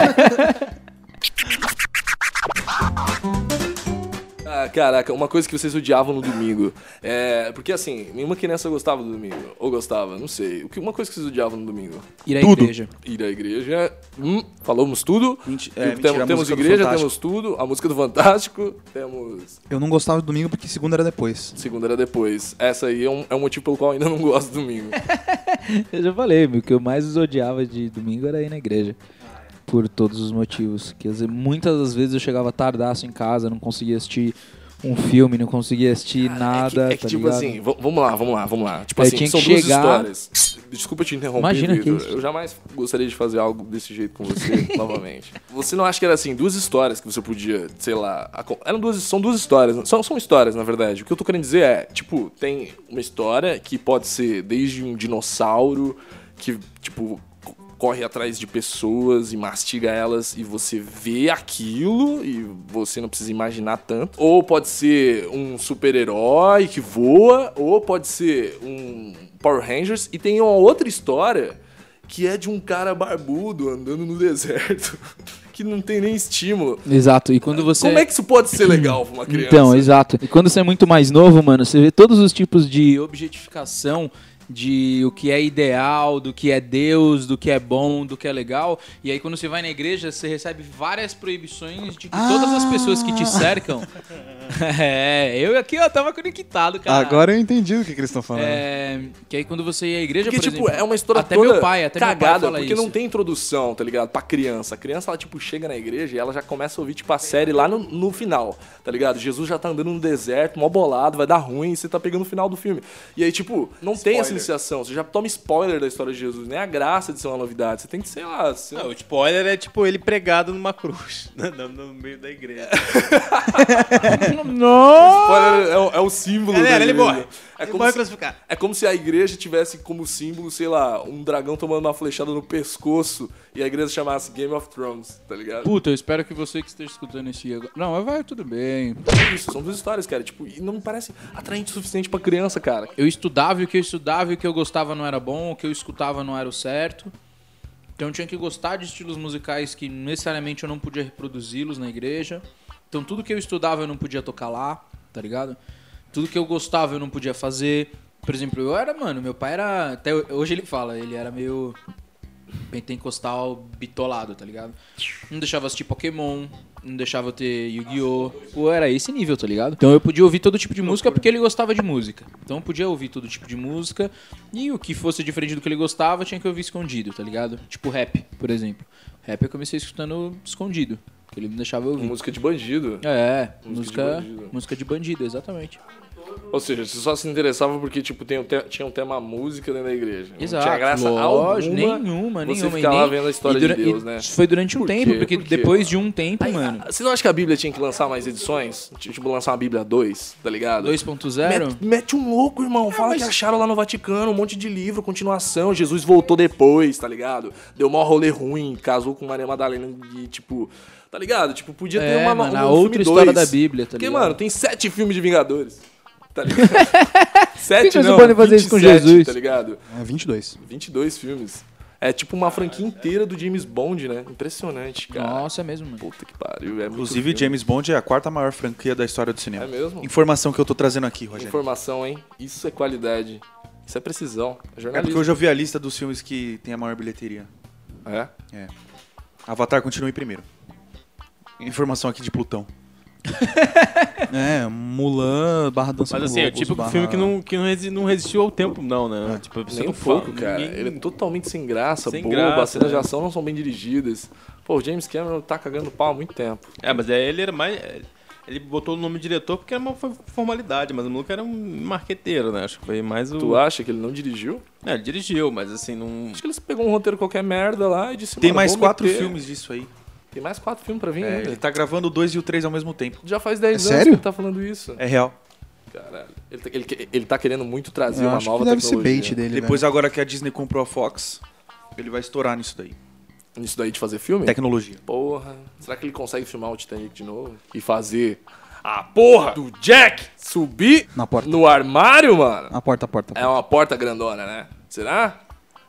[SPEAKER 2] Ah, caraca, uma coisa que vocês odiavam no domingo. É. Porque assim, nenhuma criança gostava do domingo. Ou gostava, não sei. O que- Uma coisa que vocês odiavam no domingo.
[SPEAKER 8] Ir à igreja.
[SPEAKER 2] Ir à igreja. Hum, falamos tudo.
[SPEAKER 3] Menti-
[SPEAKER 2] E
[SPEAKER 3] é,
[SPEAKER 2] temos-
[SPEAKER 3] mentira, a
[SPEAKER 2] temos
[SPEAKER 3] música do
[SPEAKER 2] igreja,
[SPEAKER 3] Fantástico.
[SPEAKER 2] temos tudo. A música do Fantástico, temos.
[SPEAKER 4] Eu não gostava de domingo porque segunda era depois.
[SPEAKER 2] Segunda era depois. Essa aí é um, é um motivo pelo qual eu ainda não gosto do domingo.
[SPEAKER 8] Eu já falei, meu, o que eu mais odiava de domingo era ir na igreja. Por todos os motivos. Quer dizer, muitas das vezes eu chegava tardaço em casa, não conseguia assistir um filme, não conseguia assistir nada.
[SPEAKER 2] É que,
[SPEAKER 8] tá
[SPEAKER 2] tipo
[SPEAKER 8] ligado?
[SPEAKER 2] assim, va- vamos lá, vamos lá, vamos lá. Tipo
[SPEAKER 8] Aí
[SPEAKER 2] assim,
[SPEAKER 8] tinha que
[SPEAKER 2] são
[SPEAKER 8] chegar-
[SPEAKER 2] duas histórias. Desculpa te interromper,
[SPEAKER 8] Imagina que
[SPEAKER 2] Vitor.
[SPEAKER 8] isso.
[SPEAKER 2] Eu jamais gostaria de fazer algo desse jeito com você novamente. Você não acha que era assim, duas histórias que você podia, sei lá. aco- Eram duas, são duas histórias. né? São, são histórias, na verdade. O que eu tô querendo dizer é, tipo, tem uma história que pode ser desde um dinossauro que, tipo. co- Corre atrás de pessoas e mastiga elas, e você vê aquilo e você não precisa imaginar tanto. Ou pode ser um super-herói que voa, ou pode ser um Power Rangers. E tem uma outra história que é de um cara barbudo andando no deserto, que não tem nem estímulo.
[SPEAKER 8] Exato, e quando você.
[SPEAKER 2] Como é que isso pode ser legal pra uma criança?
[SPEAKER 8] Então, exato. E quando você é muito mais novo, mano, você vê todos os tipos de objetificação de o que é ideal, do que é Deus, do que é bom, do que é legal. E aí quando você vai na igreja, você recebe várias proibições de que todas as pessoas que
[SPEAKER 2] Ah!
[SPEAKER 8] te cercam. é, eu aqui ó, tava conectado, cara.
[SPEAKER 4] Ah. Agora eu entendi do que, que eles estão falando.
[SPEAKER 8] é, que aí quando você ia à igreja,
[SPEAKER 2] né? Porque,
[SPEAKER 8] por
[SPEAKER 2] tipo,
[SPEAKER 8] exemplo,
[SPEAKER 2] é uma história
[SPEAKER 8] até
[SPEAKER 2] toda
[SPEAKER 8] meu pai, até meu pai
[SPEAKER 2] cagada,
[SPEAKER 8] fala
[SPEAKER 2] porque não
[SPEAKER 8] isso.
[SPEAKER 2] tem introdução, tá ligado? Pra criança. A criança, ela, tipo, chega na igreja e ela já começa a ouvir, tipo, a série lá no, no final, tá ligado? Jesus já tá andando no deserto, mó bolado, vai dar ruim, e você tá pegando o final do filme. E aí, tipo, não tem essa iniciação. Você já toma spoiler da história de Jesus, nem a graça de ser uma novidade. Você tem que, sei lá... ser- um
[SPEAKER 6] Não, o spoiler é tipo ele pregado numa cruz, no, no meio da igreja.
[SPEAKER 2] um- Spoiler é, o- é o símbolo
[SPEAKER 6] Galera,
[SPEAKER 2] da
[SPEAKER 6] ele
[SPEAKER 2] igreja.
[SPEAKER 6] morre.
[SPEAKER 2] É
[SPEAKER 6] ele
[SPEAKER 2] como
[SPEAKER 6] morre
[SPEAKER 2] se-
[SPEAKER 6] crucificado.
[SPEAKER 2] É como se a igreja tivesse como símbolo, sei lá, um dragão tomando uma flechada no pescoço e a igreja chamasse Game of Thrones, tá ligado?
[SPEAKER 5] Puta, eu espero que você que esteja escutando esse agora. Não, mas vai tudo bem.
[SPEAKER 2] É isso, são duas histórias, cara. Tipo, e não me parece atraente o suficiente pra criança, cara.
[SPEAKER 5] Eu estudava e o que eu estudava e o que eu gostava não era bom, o que eu escutava não era o certo. Então eu tinha que gostar de estilos musicais que necessariamente eu não podia reproduzi-los na igreja. Então tudo que eu estudava eu não podia tocar lá, tá ligado? Tudo que eu gostava eu não podia fazer. Por exemplo, eu era, mano, meu pai era. Até hoje ele fala, ele era meio pentecostal bitolado, tá ligado? Não deixava eu assistir Pokémon, não deixava eu ter Yu-Gi-Oh! Ou era esse nível, tá ligado? Então eu podia ouvir todo tipo de música porque ele gostava de música. Então eu podia ouvir todo tipo de música e o que fosse diferente do que ele gostava eu tinha que ouvir escondido, tá ligado? Tipo rap, por exemplo. Rap eu comecei escutando escondido, porque ele não deixava eu ouvir.
[SPEAKER 2] Música de bandido.
[SPEAKER 5] É, música,
[SPEAKER 2] Música
[SPEAKER 5] música,
[SPEAKER 2] de bandido.
[SPEAKER 5] de bandido, exatamente.
[SPEAKER 2] Ou seja, você só se interessava porque, tipo, tem um te- tinha um tema música dentro da igreja.
[SPEAKER 5] Exato.
[SPEAKER 2] Não tinha graça
[SPEAKER 5] lógico,
[SPEAKER 2] alguma.
[SPEAKER 5] nenhuma,
[SPEAKER 2] você
[SPEAKER 5] nenhuma. e
[SPEAKER 2] ficar lá
[SPEAKER 5] nem-
[SPEAKER 2] vendo a história
[SPEAKER 5] e
[SPEAKER 2] de
[SPEAKER 5] dura- e
[SPEAKER 2] Deus, né?
[SPEAKER 5] Isso foi durante um
[SPEAKER 2] Por
[SPEAKER 5] tempo,
[SPEAKER 2] quê?
[SPEAKER 5] porque
[SPEAKER 2] Por quê?
[SPEAKER 5] depois de um tempo, mano.
[SPEAKER 2] Você não acha que a Bíblia tinha que lançar mais edições? Tipo, lançar uma Bíblia 2, tá ligado?
[SPEAKER 5] 2.0?
[SPEAKER 2] Mete, mete um louco, irmão. Fala que acharam lá no Vaticano um monte de livro, continuação. Jesus voltou depois, tá ligado? Deu mó rolê ruim, casou com Maria Madalena e, tipo. Tá ligado? Tipo, podia ter
[SPEAKER 5] É,
[SPEAKER 2] uma,
[SPEAKER 5] mano,
[SPEAKER 2] um
[SPEAKER 5] a
[SPEAKER 2] filme
[SPEAKER 5] outra história
[SPEAKER 2] dois.
[SPEAKER 5] da Bíblia, tá
[SPEAKER 2] Porque,
[SPEAKER 5] ligado?
[SPEAKER 2] mano, tem sete filmes de Vingadores. Tá ligado? sete
[SPEAKER 8] Por que que eles não
[SPEAKER 2] não, tá
[SPEAKER 8] podem fazer isso com
[SPEAKER 2] 27,
[SPEAKER 8] Jesus?
[SPEAKER 2] Tá ligado?
[SPEAKER 4] É 22.
[SPEAKER 2] 22 filmes. É tipo uma franquia inteira do James Bond, né? Impressionante, cara.
[SPEAKER 5] Nossa, é mesmo, mano.
[SPEAKER 2] Puta que pariu. É muito
[SPEAKER 3] Inclusive,
[SPEAKER 2] filme.
[SPEAKER 3] James Bond é a quarta maior franquia da história do cinema.
[SPEAKER 2] É mesmo?
[SPEAKER 3] Informação que eu tô trazendo aqui, Rogério.
[SPEAKER 2] Informação, hein? Isso é qualidade. Isso é precisão. É
[SPEAKER 3] É porque
[SPEAKER 2] jornalismo.
[SPEAKER 3] hoje eu vi a lista dos filmes que tem a maior bilheteria.
[SPEAKER 2] É?
[SPEAKER 3] Avatar continua em primeiro. Informação aqui de Plutão.
[SPEAKER 4] É, Mulan barra dança
[SPEAKER 6] Mas
[SPEAKER 4] com
[SPEAKER 6] assim, é o
[SPEAKER 4] Lobos,
[SPEAKER 6] típico
[SPEAKER 4] Tipo barra-
[SPEAKER 6] filme que não, que não, resi- não resistiu ao tempo, não, né? Tipo, você
[SPEAKER 3] é
[SPEAKER 2] Nem um
[SPEAKER 6] não
[SPEAKER 2] pouco,
[SPEAKER 6] fala-
[SPEAKER 2] cara.
[SPEAKER 6] ninguém-
[SPEAKER 2] Ele é totalmente sem graça,
[SPEAKER 6] Sem
[SPEAKER 2] boba,
[SPEAKER 6] graça,
[SPEAKER 2] as cenas de
[SPEAKER 6] né?
[SPEAKER 2] ação não são bem dirigidas. Pô, o James Cameron tá cagando pau há muito tempo.
[SPEAKER 6] É, mas aí ele era mais. Ele botou o nome de diretor porque era uma fo- formalidade, mas o maluco era um marqueteiro, né? Acho que foi mais o.
[SPEAKER 3] Hum.
[SPEAKER 2] Tu acha que ele não dirigiu?
[SPEAKER 6] É, ele dirigiu, mas assim, não.
[SPEAKER 2] Acho que ele pegou um roteiro qualquer merda lá e disse...
[SPEAKER 3] Tem
[SPEAKER 2] "Mano,
[SPEAKER 3] mais
[SPEAKER 2] vou
[SPEAKER 3] quatro
[SPEAKER 2] meter."
[SPEAKER 3] filmes disso aí.
[SPEAKER 2] Tem mais quatro filmes pra vir
[SPEAKER 3] É,
[SPEAKER 2] ainda.
[SPEAKER 3] ele tá gravando o dois e o três ao mesmo tempo.
[SPEAKER 2] Já faz 10
[SPEAKER 4] É
[SPEAKER 2] anos
[SPEAKER 4] sério?
[SPEAKER 2] que ele tá falando isso.
[SPEAKER 3] É real.
[SPEAKER 2] Caralho. Ele tá, ele que- ele tá querendo muito trazer
[SPEAKER 4] Eu
[SPEAKER 2] uma
[SPEAKER 4] acho
[SPEAKER 2] nova
[SPEAKER 4] que deve ser
[SPEAKER 2] tecnologia.
[SPEAKER 4] bait dele,
[SPEAKER 3] Depois, agora que a Disney comprou a Fox, ele vai estourar nisso daí.
[SPEAKER 2] Nisso daí de fazer filme?
[SPEAKER 3] Tecnologia.
[SPEAKER 2] Porra. Será que ele consegue filmar o Titanic de novo? E fazer a porra do Jack subir
[SPEAKER 4] Na porta.
[SPEAKER 2] no armário, mano?
[SPEAKER 4] velho. né? A porta, a porta. a
[SPEAKER 2] É uma porta grandona, né? Será?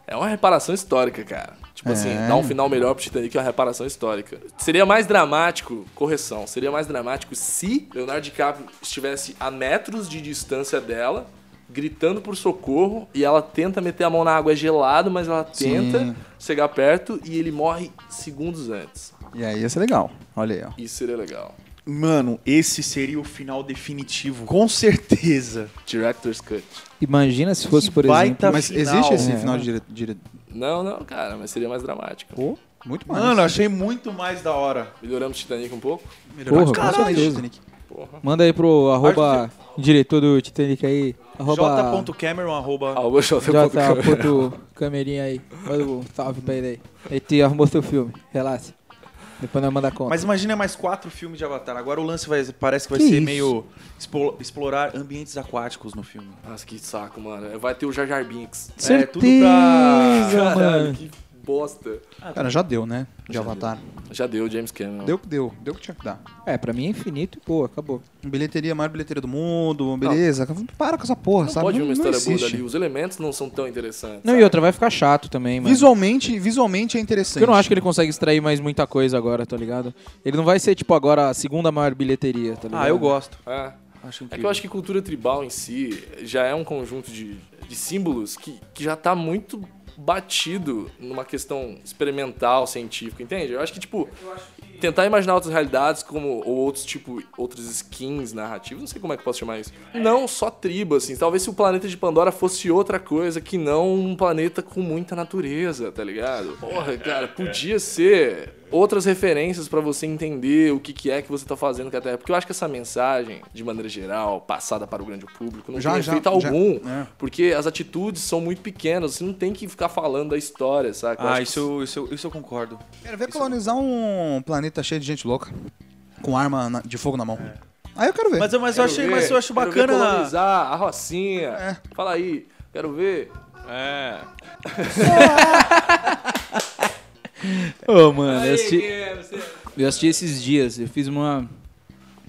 [SPEAKER 2] É uma reparação histórica, cara. Tipo assim, dar um final melhor pro Titanic é uma reparação histórica. Seria mais dramático, correção, seria mais dramático se Leonardo DiCaprio estivesse a metros de distância dela, gritando por socorro, e ela tenta meter a mão na água, é gelado, mas ela tenta
[SPEAKER 4] Sim.
[SPEAKER 2] chegar perto e ele morre segundos antes.
[SPEAKER 4] porta. E aí ia ser legal. Olha aí, ó.
[SPEAKER 2] Isso seria legal.
[SPEAKER 3] Mano, esse seria o final definitivo. Com certeza.
[SPEAKER 2] Director's Cut.
[SPEAKER 5] Imagina se fosse,
[SPEAKER 3] Que
[SPEAKER 5] por exemplo.
[SPEAKER 3] baita
[SPEAKER 4] Mas
[SPEAKER 3] final.
[SPEAKER 4] existe esse
[SPEAKER 5] É.
[SPEAKER 4] final de dire- dire-
[SPEAKER 2] Não, não, cara, mas seria mais dramático.
[SPEAKER 4] Muito mais.
[SPEAKER 3] Mano, achei muito mais da hora.
[SPEAKER 2] Melhoramos o Titanic um pouco.
[SPEAKER 5] Porra, com
[SPEAKER 3] Ah,
[SPEAKER 4] Caralho.
[SPEAKER 5] certeza. Manda aí pro arroba diretor do Titanic aí. Arroba
[SPEAKER 3] J.Cameron, arroba...
[SPEAKER 2] Alba
[SPEAKER 5] J. ponto tá, Camerinha aí. Manda um salve pra ele aí. Ele te arrumou seu filme. Relaxa. Depois nós manda a conta.
[SPEAKER 3] Mas imagina mais quatro filmes de Avatar. Agora o lance vai, parece que vai
[SPEAKER 5] Que
[SPEAKER 3] ser
[SPEAKER 5] isso?
[SPEAKER 3] meio expo- explorar ambientes aquáticos no filme.
[SPEAKER 2] Nossa, que saco, mano. Vai ter o Jar Jar Binks.
[SPEAKER 3] é tudo pra-
[SPEAKER 5] Certeza,
[SPEAKER 2] Caralho,
[SPEAKER 5] mano.
[SPEAKER 2] que bosta.
[SPEAKER 4] Cara, já deu, né? De Avatar.
[SPEAKER 2] Já deu, James Cameron.
[SPEAKER 4] Deu o que deu. Deu o que tinha que dar.
[SPEAKER 5] É, pra mim é infinito e pô, acabou.
[SPEAKER 4] Bilheteria, maior bilheteria do mundo, beleza. Para com essa porra,
[SPEAKER 2] Não
[SPEAKER 4] sabe?
[SPEAKER 2] pode vir uma história boa
[SPEAKER 4] existe.
[SPEAKER 2] dali. Os elementos não são tão interessantes.
[SPEAKER 5] Não, e outra, vai ficar chato também, mano.
[SPEAKER 4] Visualmente, visualmente é interessante.
[SPEAKER 5] Porque eu não acho que ele consegue extrair mais muita coisa agora, tá ligado? Ele não vai ser, tipo, agora a segunda maior bilheteria, tá ligado?
[SPEAKER 3] Ah, eu gosto.
[SPEAKER 2] É.
[SPEAKER 3] Acho
[SPEAKER 2] É que eu acho que cultura tribal em si já é um conjunto de, de símbolos que, que já tá muito batido numa questão experimental, científica, entende? Eu acho que, tipo, tentar imaginar outras realidades como ou outros, tipo, outras skins narrativas, não sei como é que eu posso chamar isso. Não só tribo, assim. Talvez se o planeta de Pandora fosse outra coisa que não um planeta com muita natureza, tá ligado? Porra, cara, podia ser outras referências pra você entender o que, que é que você tá fazendo com a Terra. Porque eu acho que essa mensagem, de maneira geral, passada para o grande público, não
[SPEAKER 4] Já,
[SPEAKER 2] tem
[SPEAKER 4] já,
[SPEAKER 2] efeito
[SPEAKER 4] já.
[SPEAKER 2] algum.
[SPEAKER 4] É.
[SPEAKER 2] Porque as atitudes são muito pequenas, você não tem que ficar falando da história, saca? Eu
[SPEAKER 3] Ah,
[SPEAKER 2] acho
[SPEAKER 3] isso, eu- isso, eu- isso eu concordo.
[SPEAKER 4] Quero ver colonizar um planeta cheio de gente louca. Com arma na- de fogo na
[SPEAKER 5] É.
[SPEAKER 4] mão. Aí eu quero ver.
[SPEAKER 3] Mas, eu- mas eu
[SPEAKER 2] Quero
[SPEAKER 3] achei,
[SPEAKER 2] ver,
[SPEAKER 3] mas eu acho
[SPEAKER 2] quero ver
[SPEAKER 3] bacana. É.
[SPEAKER 2] colonizar a Rocinha. Fala aí, quero ver.
[SPEAKER 6] É.
[SPEAKER 5] Ô, mano, eu assisti... eu assisti esses dias, eu fiz uma...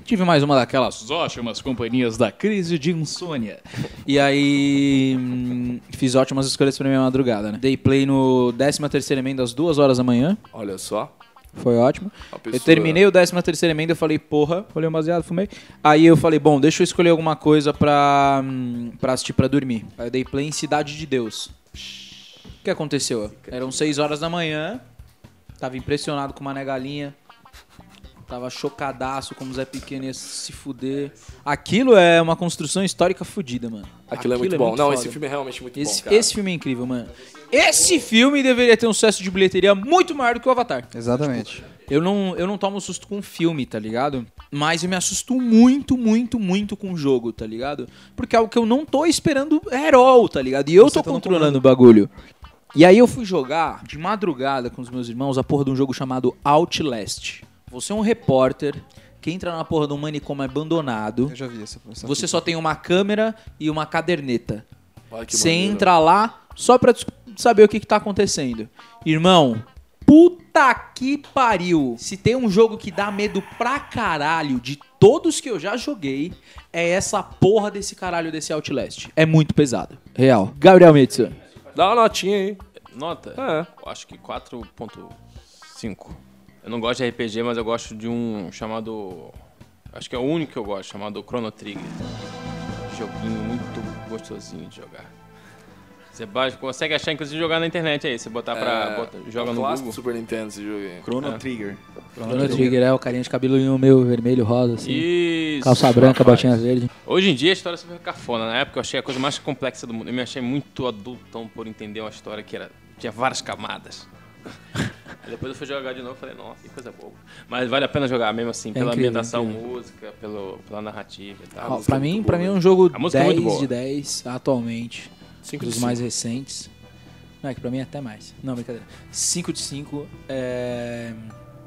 [SPEAKER 5] Tive mais uma daquelas ótimas companhias da crise de insônia. E aí. hum, Fiz ótimas escolhas pra minha madrugada, né? Dei play no 13 emenda às 2 horas da manhã.
[SPEAKER 2] Olha só.
[SPEAKER 5] Foi ótimo.
[SPEAKER 2] a
[SPEAKER 5] Eu
[SPEAKER 2] pessoa-
[SPEAKER 5] terminei o 13 terceira emenda, eu falei, porra, olhei um baseado, fumei. Aí eu falei, bom, deixa eu escolher alguma coisa pra, hum, pra assistir pra dormir. Aí eu dei play em Cidade de Deus. O que aconteceu? Eram 6 horas da manhã, tava impressionado com Mané Galinha, tava chocadaço como o Zé Pequeno ia se fuder. Aquilo é uma construção histórica fudida, mano.
[SPEAKER 2] Aquilo, é muito bom. não, esse
[SPEAKER 5] foda.
[SPEAKER 2] filme é realmente muito
[SPEAKER 5] Esse,
[SPEAKER 2] bom, cara.
[SPEAKER 5] esse filme é incrível, mano. Esse filme deveria ter um sucesso de bilheteria muito maior do que o Avatar.
[SPEAKER 4] Exatamente.
[SPEAKER 5] Eu não, eu não tomo susto com filme, tá ligado? Mas eu me assusto muito, muito, muito com o jogo, tá ligado? Porque é algo que eu não tô esperando at all, tá ligado? E eu tô controlando o bagulho. E aí eu fui jogar de madrugada com os meus irmãos a porra de um jogo chamado Outlast. Você é um repórter que entra na porra de um manicômio abandonado.
[SPEAKER 4] Eu já vi essa. essa
[SPEAKER 5] Você só tem uma câmera e uma caderneta.
[SPEAKER 2] Olha que
[SPEAKER 5] Você
[SPEAKER 2] maneiro.
[SPEAKER 5] entra lá só pra dis- saber o que, que tá acontecendo. Irmão, puta que pariu. Se tem um jogo que dá medo pra caralho de todos que eu já joguei, é essa porra desse caralho desse Outlast. É muito pesado. Real. Gabriel Mitsu.
[SPEAKER 2] Dá uma notinha aí.
[SPEAKER 6] Nota?
[SPEAKER 2] É.
[SPEAKER 6] Eu acho que 4.5. Eu não gosto de RPG, mas eu gosto de um chamado. Acho que é o único que eu gosto, chamado Chrono Trigger. Joguinho muito gostosinho de jogar. Você ba- consegue achar, inclusive, jogar na internet aí. Você botar pra. É, bota- joga
[SPEAKER 2] um
[SPEAKER 6] no
[SPEAKER 2] clássico
[SPEAKER 6] Google.
[SPEAKER 2] do Super Nintendo esse jogo aí.
[SPEAKER 3] Chrono Trigger.
[SPEAKER 7] Chrono Trigger é o carinha de cabelo meu vermelho, rosa, assim.
[SPEAKER 6] Isso,
[SPEAKER 7] calça branca,
[SPEAKER 6] rapaz.
[SPEAKER 7] botinha verde.
[SPEAKER 6] Hoje em dia a história super cafona. Na época eu achei a coisa mais complexa do mundo. Eu me achei muito adultão por entender uma história que era, tinha várias camadas. Aí Depois eu fui jogar de novo e falei, nossa, que coisa boa. Mas vale a pena jogar mesmo assim, pela
[SPEAKER 7] É incrível,
[SPEAKER 6] ambientação, música, pelo, pela narrativa e
[SPEAKER 7] Ah,
[SPEAKER 6] tal.
[SPEAKER 7] pra mim, pra mim é um jogo
[SPEAKER 6] A música é muito
[SPEAKER 7] 10 de
[SPEAKER 6] boa.
[SPEAKER 7] 10 atualmente.
[SPEAKER 2] Cinco
[SPEAKER 7] dos
[SPEAKER 2] de
[SPEAKER 7] mais recentes. Não, é que pra mim é até mais. Não, brincadeira. 5 de 5 é.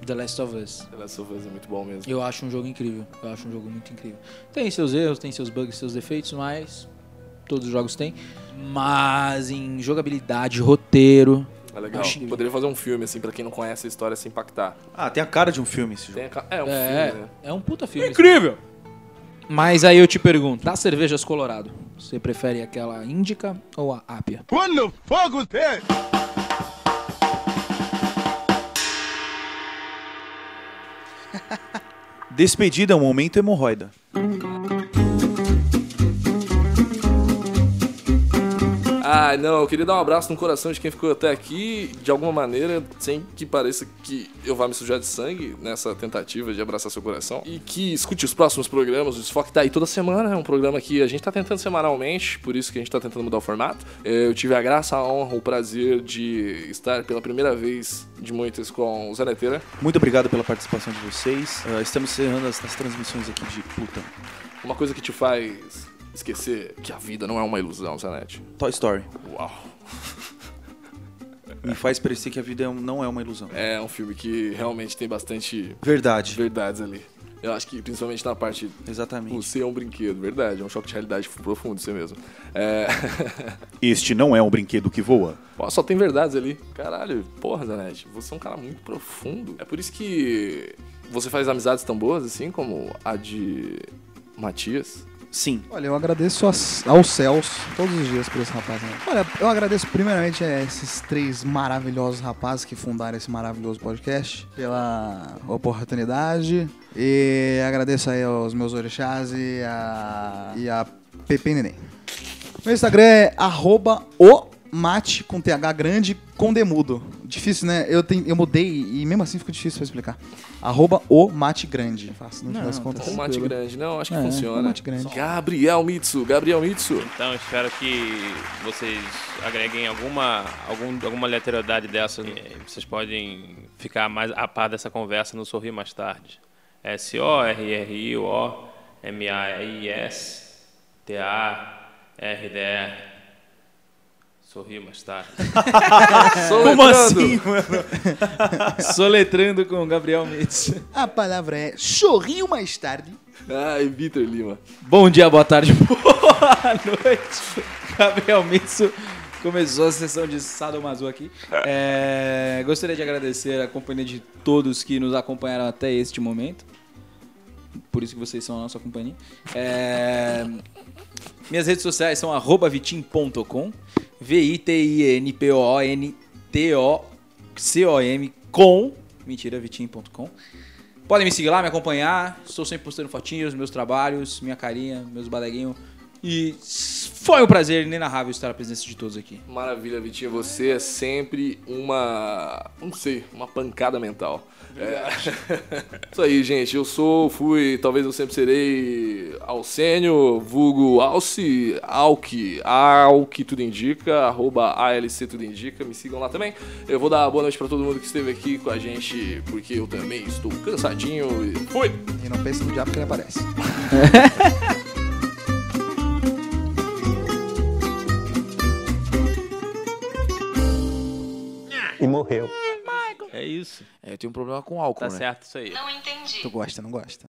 [SPEAKER 7] The Last of Us.
[SPEAKER 2] The Last of Us é muito bom mesmo.
[SPEAKER 7] Eu acho um jogo incrível. Eu acho um jogo muito incrível. Tem seus erros, tem seus bugs, seus defeitos, mas. Todos os jogos têm. Mas em jogabilidade, roteiro.
[SPEAKER 2] É legal.
[SPEAKER 7] Acho-
[SPEAKER 2] Poderia fazer um filme, assim, pra quem não conhece a história, se impactar.
[SPEAKER 3] Ah, tem a cara de um filme esse jogo.
[SPEAKER 2] Tem a ca- É um
[SPEAKER 7] É,
[SPEAKER 2] filme, né?
[SPEAKER 7] é um puta filme. Incrível! Mas aí eu te pergunto, das cervejas Colorado, você prefere aquela índica ou a ápia?
[SPEAKER 3] Despedida é um momento hemorroida.
[SPEAKER 2] Ah, não, eu queria dar um abraço no coração de quem ficou até aqui, de alguma maneira, sem que pareça que eu vá me sujar de sangue nessa tentativa de abraçar seu coração. E que escute os próximos programas, o Desfoque tá aí toda semana, é um programa que a gente tá tentando semanalmente, por isso que a gente tá tentando mudar o formato. É, Eu tive a graça, a honra, o prazer de estar pela primeira vez de muitas com o Zé Neteira.
[SPEAKER 3] Muito obrigado pela participação de vocês. Ah, estamos encerrando as, as transmissões aqui de puta.
[SPEAKER 2] Uma coisa que te faz esquecer que a vida não é uma ilusão, Zanete.
[SPEAKER 3] Toy Story.
[SPEAKER 2] Uau.
[SPEAKER 3] Me faz parecer que a vida é um- não é uma ilusão.
[SPEAKER 2] É um filme que realmente tem bastante
[SPEAKER 3] Verdade.
[SPEAKER 2] verdades ali. Eu acho que principalmente na parte
[SPEAKER 3] Exatamente.
[SPEAKER 2] Você é um brinquedo, verdade. É um choque de realidade profundo, você mesmo. É...
[SPEAKER 3] Este não é um brinquedo que voa.
[SPEAKER 2] Pô, só tem verdades ali. Caralho, porra, Zanetti, você é um cara muito profundo. É por isso que você faz amizades tão boas, assim, como a de Matias.
[SPEAKER 3] Sim.
[SPEAKER 4] Olha, eu agradeço as- aos céus todos os dias por esse rapaz. Né? Olha, eu agradeço primeiramente a esses três maravilhosos rapazes que fundaram esse maravilhoso podcast pela oportunidade. E agradeço aí aos meus orixás e a, e a Pepe Neném. Meu Instagram é arroba o mate com TH grande com demudo. Difícil, né? Eu, tenho- eu mudei e mesmo assim ficou difícil pra explicar. Arroba o mate grande. Fácil, no final das contas.
[SPEAKER 2] Com o Um Mate Grande. Não, acho que
[SPEAKER 7] É,
[SPEAKER 2] funciona.
[SPEAKER 4] com o Mate Grande.
[SPEAKER 2] Gabriel Mitsu, Gabriel Mitsu.
[SPEAKER 6] Então espero que vocês agreguem alguma, algum, alguma lateralidade dessa. Eh, Vocês podem ficar mais a par dessa conversa no Sorrir Mais Tarde. S-O-R-R-I-O-M-A-I-S-T-A-R-D-E. Sorrir Mais Tarde.
[SPEAKER 2] Como assim?
[SPEAKER 5] Soletrando com Gabriel Mendes.
[SPEAKER 4] A palavra é sorriu mais tarde.
[SPEAKER 2] Ai, Ah, Vitor Lima.
[SPEAKER 5] Bom dia, boa tarde, boa noite. Gabriel Mitsu começou a sessão de Sadomaso aqui. É, gostaria de agradecer a companhia de todos que nos acompanharam até este momento. Por isso que vocês são a nossa companhia. É, minhas redes sociais são arroba vitim.com V-I-T-I-N-P-O-N-T-O-C-O-M com Mentira, vitim.com Podem me seguir lá, me acompanhar. Estou sempre postando fotinhos, meus trabalhos, minha carinha, meus baleguinhos. E foi um prazer inenarrável estar a presença de todos aqui.
[SPEAKER 2] Maravilha, Vitinho. Você é sempre uma. Não sei, uma pancada mental. É. Isso aí, gente. Eu sou, fui, talvez eu sempre serei Alcênio, vulgo Alce, Alque, Alque tudo indica, arroba ALC tudo indica. Me sigam lá também. Eu vou dar boa noite pra todo mundo que esteve aqui com a gente, porque eu também estou cansadinho e fui!
[SPEAKER 4] E não pense no diabo que ele aparece.
[SPEAKER 6] É isso.
[SPEAKER 10] É, eu tenho um problema com álcool,
[SPEAKER 6] Tá
[SPEAKER 10] né?
[SPEAKER 6] certo isso aí.
[SPEAKER 11] Não entendi.
[SPEAKER 4] Tu gosta, não gosta?